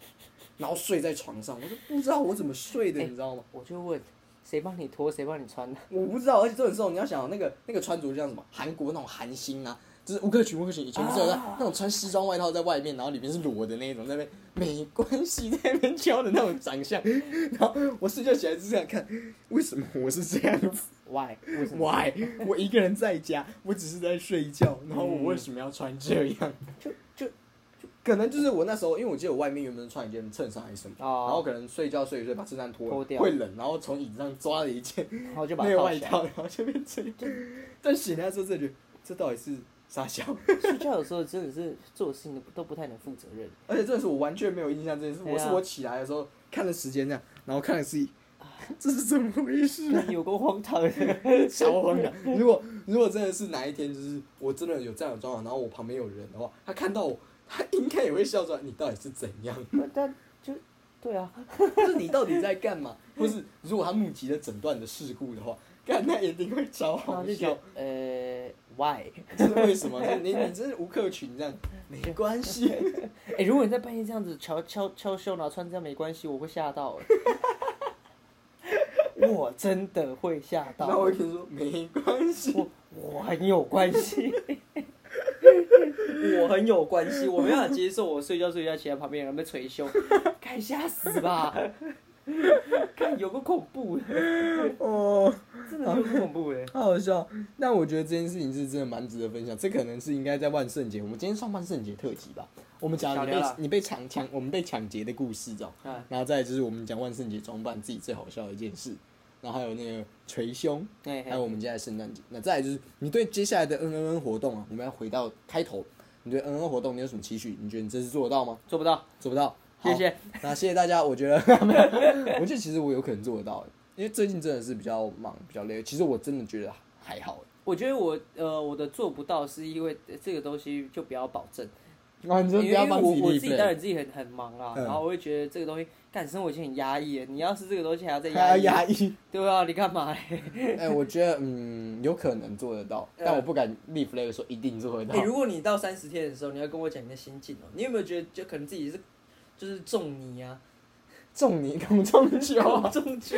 Speaker 1: 然后睡在床上，我就不知道我怎么睡的，
Speaker 2: 哎
Speaker 1: 你知道吗？
Speaker 2: 我就问，谁帮你脱，谁帮你穿的？
Speaker 1: 我不知道，而且这种时候哦你要想那个那个穿着就像什么韩国那种韩星啊。就是乌克群乌克群，以前不是有那
Speaker 2: 啊
Speaker 1: 那种穿西装外套在外面，然后里面是裸的那一种，在那边没关系，在那边教的那种长相。然后我睡觉起来是这样看，为什么我是这样 子？
Speaker 2: Why？为什么？
Speaker 1: Why？我一个人在家，我只是在睡觉，然后我为什么要穿这样？
Speaker 2: 就就
Speaker 1: 可能就是我那时候，因为我记得我外面原本穿一件衬衫还是什么，
Speaker 2: 哦
Speaker 1: 然后可能睡觉睡一睡把衬衫脱了
Speaker 2: 脱掉
Speaker 1: 会冷，然后从椅子上抓了一件
Speaker 2: 然后就把它
Speaker 1: 内
Speaker 2: 套
Speaker 1: 外
Speaker 2: 起 来。
Speaker 1: 套，然后就变这样。但醒来之后，这觉得这到底是傻笑，
Speaker 2: 睡觉的时候真的是做的事情都不太能负责 任。
Speaker 1: 而且真的是我完全没有印象这件事。
Speaker 2: 对啊
Speaker 1: 我是我起来的时候看了时间这样，然后看了自己，这是怎么回 事啊？
Speaker 2: 有够荒唐的。
Speaker 1: 超荒唐！啊如果如果真的是哪一天，就是我真的有这样的状况，然后我旁边有人的话，他看到我，他应该也会笑出来，你到底是怎 样？
Speaker 2: 但就对啊，
Speaker 1: 就是你到底在干嘛？或是如果他目击了整段的事故的话，干那一定会超
Speaker 2: 然
Speaker 1: 好
Speaker 2: 后就觉
Speaker 1: 笑
Speaker 2: 得。呃，why？
Speaker 1: 这是为什么？就是你你真是无客群 这样，没关系。
Speaker 2: 哎、如果你在半夜这样子敲敲敲胸，然后穿这样没关系，我会吓到、 欸。我真的会吓
Speaker 1: 然后
Speaker 2: 到
Speaker 1: 我，跟你说没关系，
Speaker 2: 我我很有关系，我很有关系，我没办法接受我睡觉睡觉起来旁边有人被捶胸，该吓 死吧！看有个恐怖的，
Speaker 1: 哦，
Speaker 2: 真的有个恐怖的。
Speaker 1: 好好笑。那我觉得这件事情是真的蛮值得分享，这可能是应该在万圣节，我们今天上万圣节特辑吧。我们讲
Speaker 2: 小
Speaker 1: 你
Speaker 2: 聊
Speaker 1: 被
Speaker 2: 啦
Speaker 1: 你被抢抢，我们被抢劫的故事，这样。
Speaker 2: 啊，
Speaker 1: 然后再来就是我们讲万圣节装扮自己最好笑的一件事，然后还有那个捶胸，
Speaker 2: 哎
Speaker 1: 还有我们接下来圣诞节。那再来就是你对接下来的嗯嗯嗯活动啊，我们要回到开头，你对嗯嗯活动你有什么期许？你觉得你这次做得到吗？
Speaker 2: 做不到，
Speaker 1: 做不到，好
Speaker 2: 谢。谢。
Speaker 1: 那谢谢大家，我觉得，我觉得其实我有可能做得到，因为最近真的是比较忙，比较累。其实我真的觉得还 好。
Speaker 2: 我觉得我呃我的做不到是因为呃这个东西就不要保证，
Speaker 1: 啊，你
Speaker 2: 因
Speaker 1: 说不
Speaker 2: 为
Speaker 1: 要
Speaker 2: 因为
Speaker 1: 帮
Speaker 2: 我
Speaker 1: 己
Speaker 2: 我
Speaker 1: 立
Speaker 2: 自己当
Speaker 1: 碑，
Speaker 2: 然自己很很忙啦，
Speaker 1: 嗯
Speaker 2: 然后我会觉得这个东西，干生活已经很压抑了，你要是这个东西还要再
Speaker 1: 还要
Speaker 2: 压
Speaker 1: 压
Speaker 2: 抑，
Speaker 1: 抑。
Speaker 2: 对啊，你干嘛嘞？
Speaker 1: 哎，我觉得嗯，有可能做得到，
Speaker 2: 嗯
Speaker 1: 但我不敢立 flag 说一定做得
Speaker 2: 哎、
Speaker 1: 到。
Speaker 2: 如果你到三十天的时候，你要跟我讲你的心境哦、你有没有觉得就可能自己是就是中你啊，
Speaker 1: 中你孔中秋啊
Speaker 2: 孔，中秋，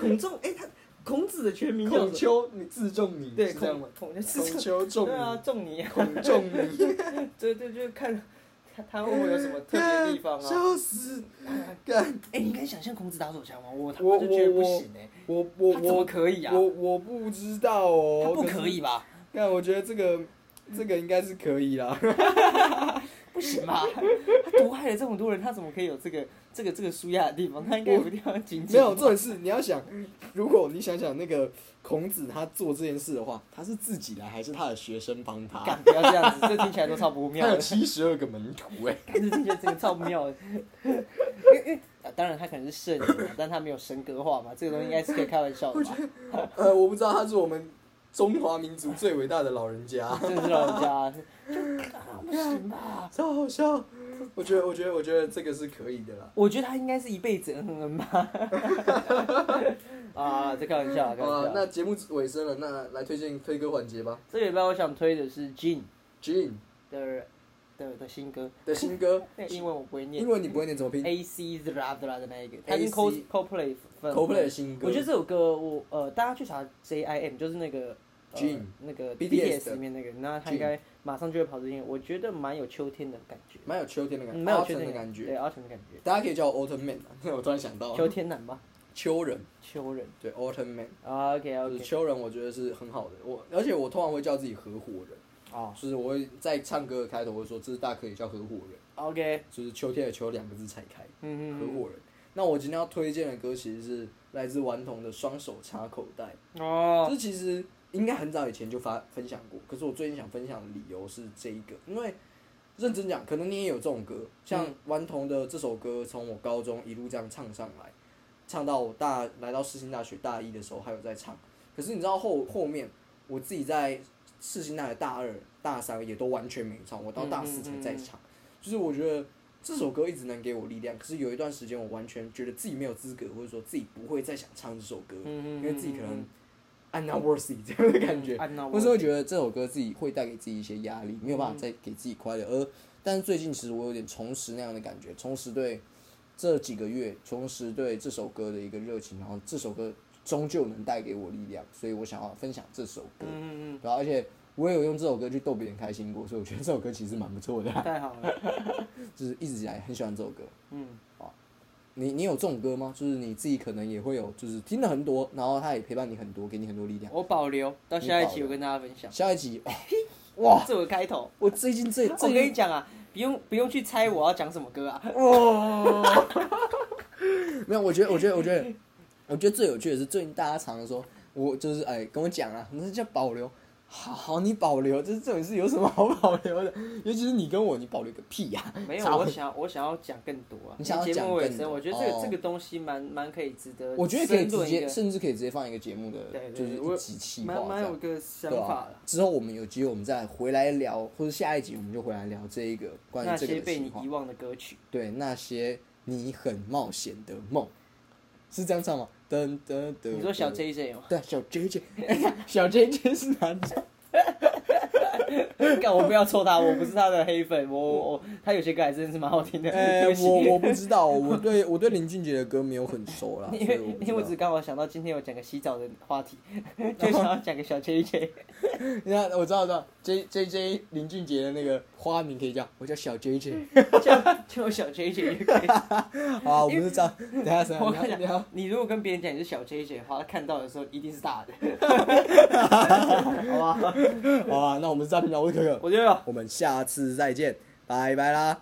Speaker 2: 孔仲哎、他孔子的全名叫
Speaker 1: 孔
Speaker 2: 什么？
Speaker 1: 丘你自中你，
Speaker 2: 对，
Speaker 1: 是这样吗
Speaker 2: 孔？孔 就是
Speaker 1: 孔丘中
Speaker 2: 对啊，
Speaker 1: 你，
Speaker 2: 仲尼啊，
Speaker 1: 孔中你。
Speaker 2: 对对，就是看他他会不会有什么特别的地方方啊。
Speaker 1: 笑死！ 干
Speaker 2: 哎、你敢想象孔子打手枪吗？我他
Speaker 1: 我
Speaker 2: 妈就觉得不
Speaker 1: 我
Speaker 2: 行哎、
Speaker 1: 我我
Speaker 2: 他怎么
Speaker 1: 我
Speaker 2: 可以啊？
Speaker 1: 我我不知道哦，
Speaker 2: 他不
Speaker 1: 是
Speaker 2: 可以吧？
Speaker 1: 干，我觉得这个这个应该是可以啦。
Speaker 2: 不行吧？他毒害了这么多人，他怎么可以有这个这个这个舒压的地方？他应该有个地方 紧
Speaker 1: 没
Speaker 2: 紧。
Speaker 1: 有，重点是你要想，如果你想想那个孔子他做这件事的话，他是自己来还是他的学生帮他？
Speaker 2: 敢不要这样子，这听起来都超不妙
Speaker 1: 他有
Speaker 2: 的。
Speaker 1: 七十二个门徒 哎、
Speaker 2: 干这听起来真的超不妙的。 因为因为、啊当然他可能是圣人啊，但他没有神格化嘛，这个东西应该是可以开玩笑的吧？
Speaker 1: 呃，我不知道他是我们中华民族最伟大的老人 家，
Speaker 2: 真的是老人家，就、啊、不行吧？
Speaker 1: 超好笑。我觉得，我觉得，我觉得这个是可以的啦。
Speaker 2: 我觉得他应该是一辈子嗯嗯吧。 啊，在开玩笑啊，开
Speaker 1: 好
Speaker 2: 玩
Speaker 1: 啊，
Speaker 2: 笑。
Speaker 1: 那节目尾声了，那来推荐推歌环节吧。
Speaker 2: 这个礼拜我想推的是 Jin
Speaker 1: Jean
Speaker 2: 的的的新歌，
Speaker 1: 的新 歌，
Speaker 2: 那个英文我不会念
Speaker 1: 英。文你哎不会念怎么拼
Speaker 2: A C z r a z r a 的那一个，他跟
Speaker 1: AC
Speaker 2: Cold Coldplay 分
Speaker 1: ？Coldplay 的新歌，
Speaker 2: 我觉得这首歌我呃，大家去查 J I M，就是那个、呃、
Speaker 1: Jin
Speaker 2: 那个
Speaker 1: BTS 的
Speaker 2: 里面那个，那他
Speaker 1: Jin
Speaker 2: 应该马上就会跑出音乐，我觉得蛮有秋天的感觉，
Speaker 1: 蛮有秋天的感觉，
Speaker 2: 嗯蛮有秋
Speaker 1: autumn
Speaker 2: 天
Speaker 1: 的感觉。
Speaker 2: 对，阿成的感觉，
Speaker 1: 大家可以叫我 Autumn Man，啊 我突然想到
Speaker 2: 秋天男吧，
Speaker 1: 秋人，
Speaker 2: 秋人
Speaker 1: 对 Autumn Man。
Speaker 2: 啊，OK
Speaker 1: 就是
Speaker 2: OK，
Speaker 1: 秋人，我觉得是很好的。我而且我通常会叫自己合伙人，
Speaker 2: 哦
Speaker 1: 就是我会在唱歌的开头会说这是大可以叫合伙人，
Speaker 2: ，OK，
Speaker 1: 就是秋天的秋两个字拆开，
Speaker 2: 嗯
Speaker 1: 合伙人。那我今天要推荐的歌其实是来自顽童的《双手插口袋》，
Speaker 2: 嗯，哦，
Speaker 1: 这其实应该很早以前就发分享过，可是我最近想分享的理由是这一个，因为认真讲，可能你也有这种歌，像
Speaker 2: 嗯
Speaker 1: 顽童的这首歌，从我高中一路这样唱上来，唱到我大来到世新大学大一的时候还有在唱，可是你知道后后面我自己在世新大学大二、大三也都完全没唱，我到大四才
Speaker 2: 嗯
Speaker 1: 在唱，就是我觉得。这首歌一直能给我力量，可是有一段时间我完全觉得自己没有资格，或者说自己不会再想唱这首歌，
Speaker 2: 嗯
Speaker 1: 因为自己可能 I'm not worthy 这样的感觉，
Speaker 2: 按到
Speaker 1: 或是会觉得这首歌自己会带给自己一些压力，没有办法再给自己快乐。而但是最近其实我有点重拾那样的感觉，重拾对这几个月，重拾对这首歌的一个热情，然后这首歌终究能带给我力量，所以我想要分享这首歌，
Speaker 2: 嗯嗯
Speaker 1: 对啊吧、而且。我也有用这首歌去逗别人开心过，所以我觉得这首歌其实蛮不错的
Speaker 2: 嗯，
Speaker 1: 啊，
Speaker 2: 太好了，
Speaker 1: 就是一直以来很喜欢这首歌。哦
Speaker 2: 嗯，
Speaker 1: 你你有这种歌吗？就是你自己可能也会有，就是听了很多，然后它也陪伴你很多，给你很多力量。
Speaker 2: 我保留到下一期我跟大家分享，
Speaker 1: 下一集哇哇！
Speaker 2: 这我开头。
Speaker 1: 我最近 最
Speaker 2: 我
Speaker 1: 最
Speaker 2: 跟
Speaker 1: 近
Speaker 2: 你讲啊，不用不用去猜我要讲什 么歌啊，
Speaker 1: 哇，没有，我觉得，我觉得，我觉得，我觉得最有趣的是，最近大家常常说，我就是哎，跟我讲啊，那叫保留。好好，你保留，就是这种事有什么好保留的？尤其是你跟我，你保留个屁啊呀、
Speaker 2: 没有，
Speaker 1: 超
Speaker 2: 我想我想要讲更多啊。
Speaker 1: 你想要
Speaker 2: 节
Speaker 1: 讲
Speaker 2: 目尾
Speaker 1: 更
Speaker 2: 声，
Speaker 1: 多
Speaker 2: 我觉得这个、
Speaker 1: 哦
Speaker 2: 这个东西蛮蛮可以值得，
Speaker 1: 我觉得可以直接，，甚至可以直接放一个节目的，
Speaker 2: 对对
Speaker 1: 就是
Speaker 2: 对我
Speaker 1: 一集气
Speaker 2: 蛮
Speaker 1: 话这
Speaker 2: 蛮有
Speaker 1: 样。
Speaker 2: 个想
Speaker 1: 对
Speaker 2: 法
Speaker 1: 啊
Speaker 2: 的。，
Speaker 1: 之后我们有机会，我们再回来聊，或者下一集我们就回来聊这一个关
Speaker 2: 那
Speaker 1: 于这个
Speaker 2: 些
Speaker 1: 的
Speaker 2: 被
Speaker 1: 企
Speaker 2: 你
Speaker 1: 划
Speaker 2: 遗。忘的歌曲，
Speaker 1: 对那些你很冒险的梦，是这样唱吗？噔噔噔，
Speaker 2: 你说小
Speaker 1: 噔
Speaker 2: J J 哦吗？
Speaker 1: 对，小 J J，小 J J 是男的。
Speaker 2: 干，我不要抽他，我不是他的黑粉，我我我他有些歌还真的是蛮好听的。
Speaker 1: 呃、
Speaker 2: 对不起
Speaker 1: 我我不知道，我对我对林俊杰的歌没有很熟啦，所
Speaker 2: 因
Speaker 1: 以
Speaker 2: 为
Speaker 1: 我不
Speaker 2: 因为我只
Speaker 1: 知道。
Speaker 2: 刚好想到今天有讲个洗澡的话 题， 就想要讲个小 J J。
Speaker 1: 你看，我知道，我知道，J J J 林俊杰的那个花名可以叫我叫小 J J。
Speaker 2: 就就小 J J 就可以。
Speaker 1: 好啊，我们就这样。等一下， 等
Speaker 2: 我
Speaker 1: 一下，
Speaker 2: 跟
Speaker 1: 你
Speaker 2: 你
Speaker 1: 要你
Speaker 2: 讲
Speaker 1: 要，
Speaker 2: 你如果跟别人讲你是小 J J 的话，他看到的时候一定是大 的，好吧？
Speaker 1: 好啊，那我们是诈骗小我是可可，
Speaker 2: 我觉得。
Speaker 1: 我们下次再见，拜拜啦。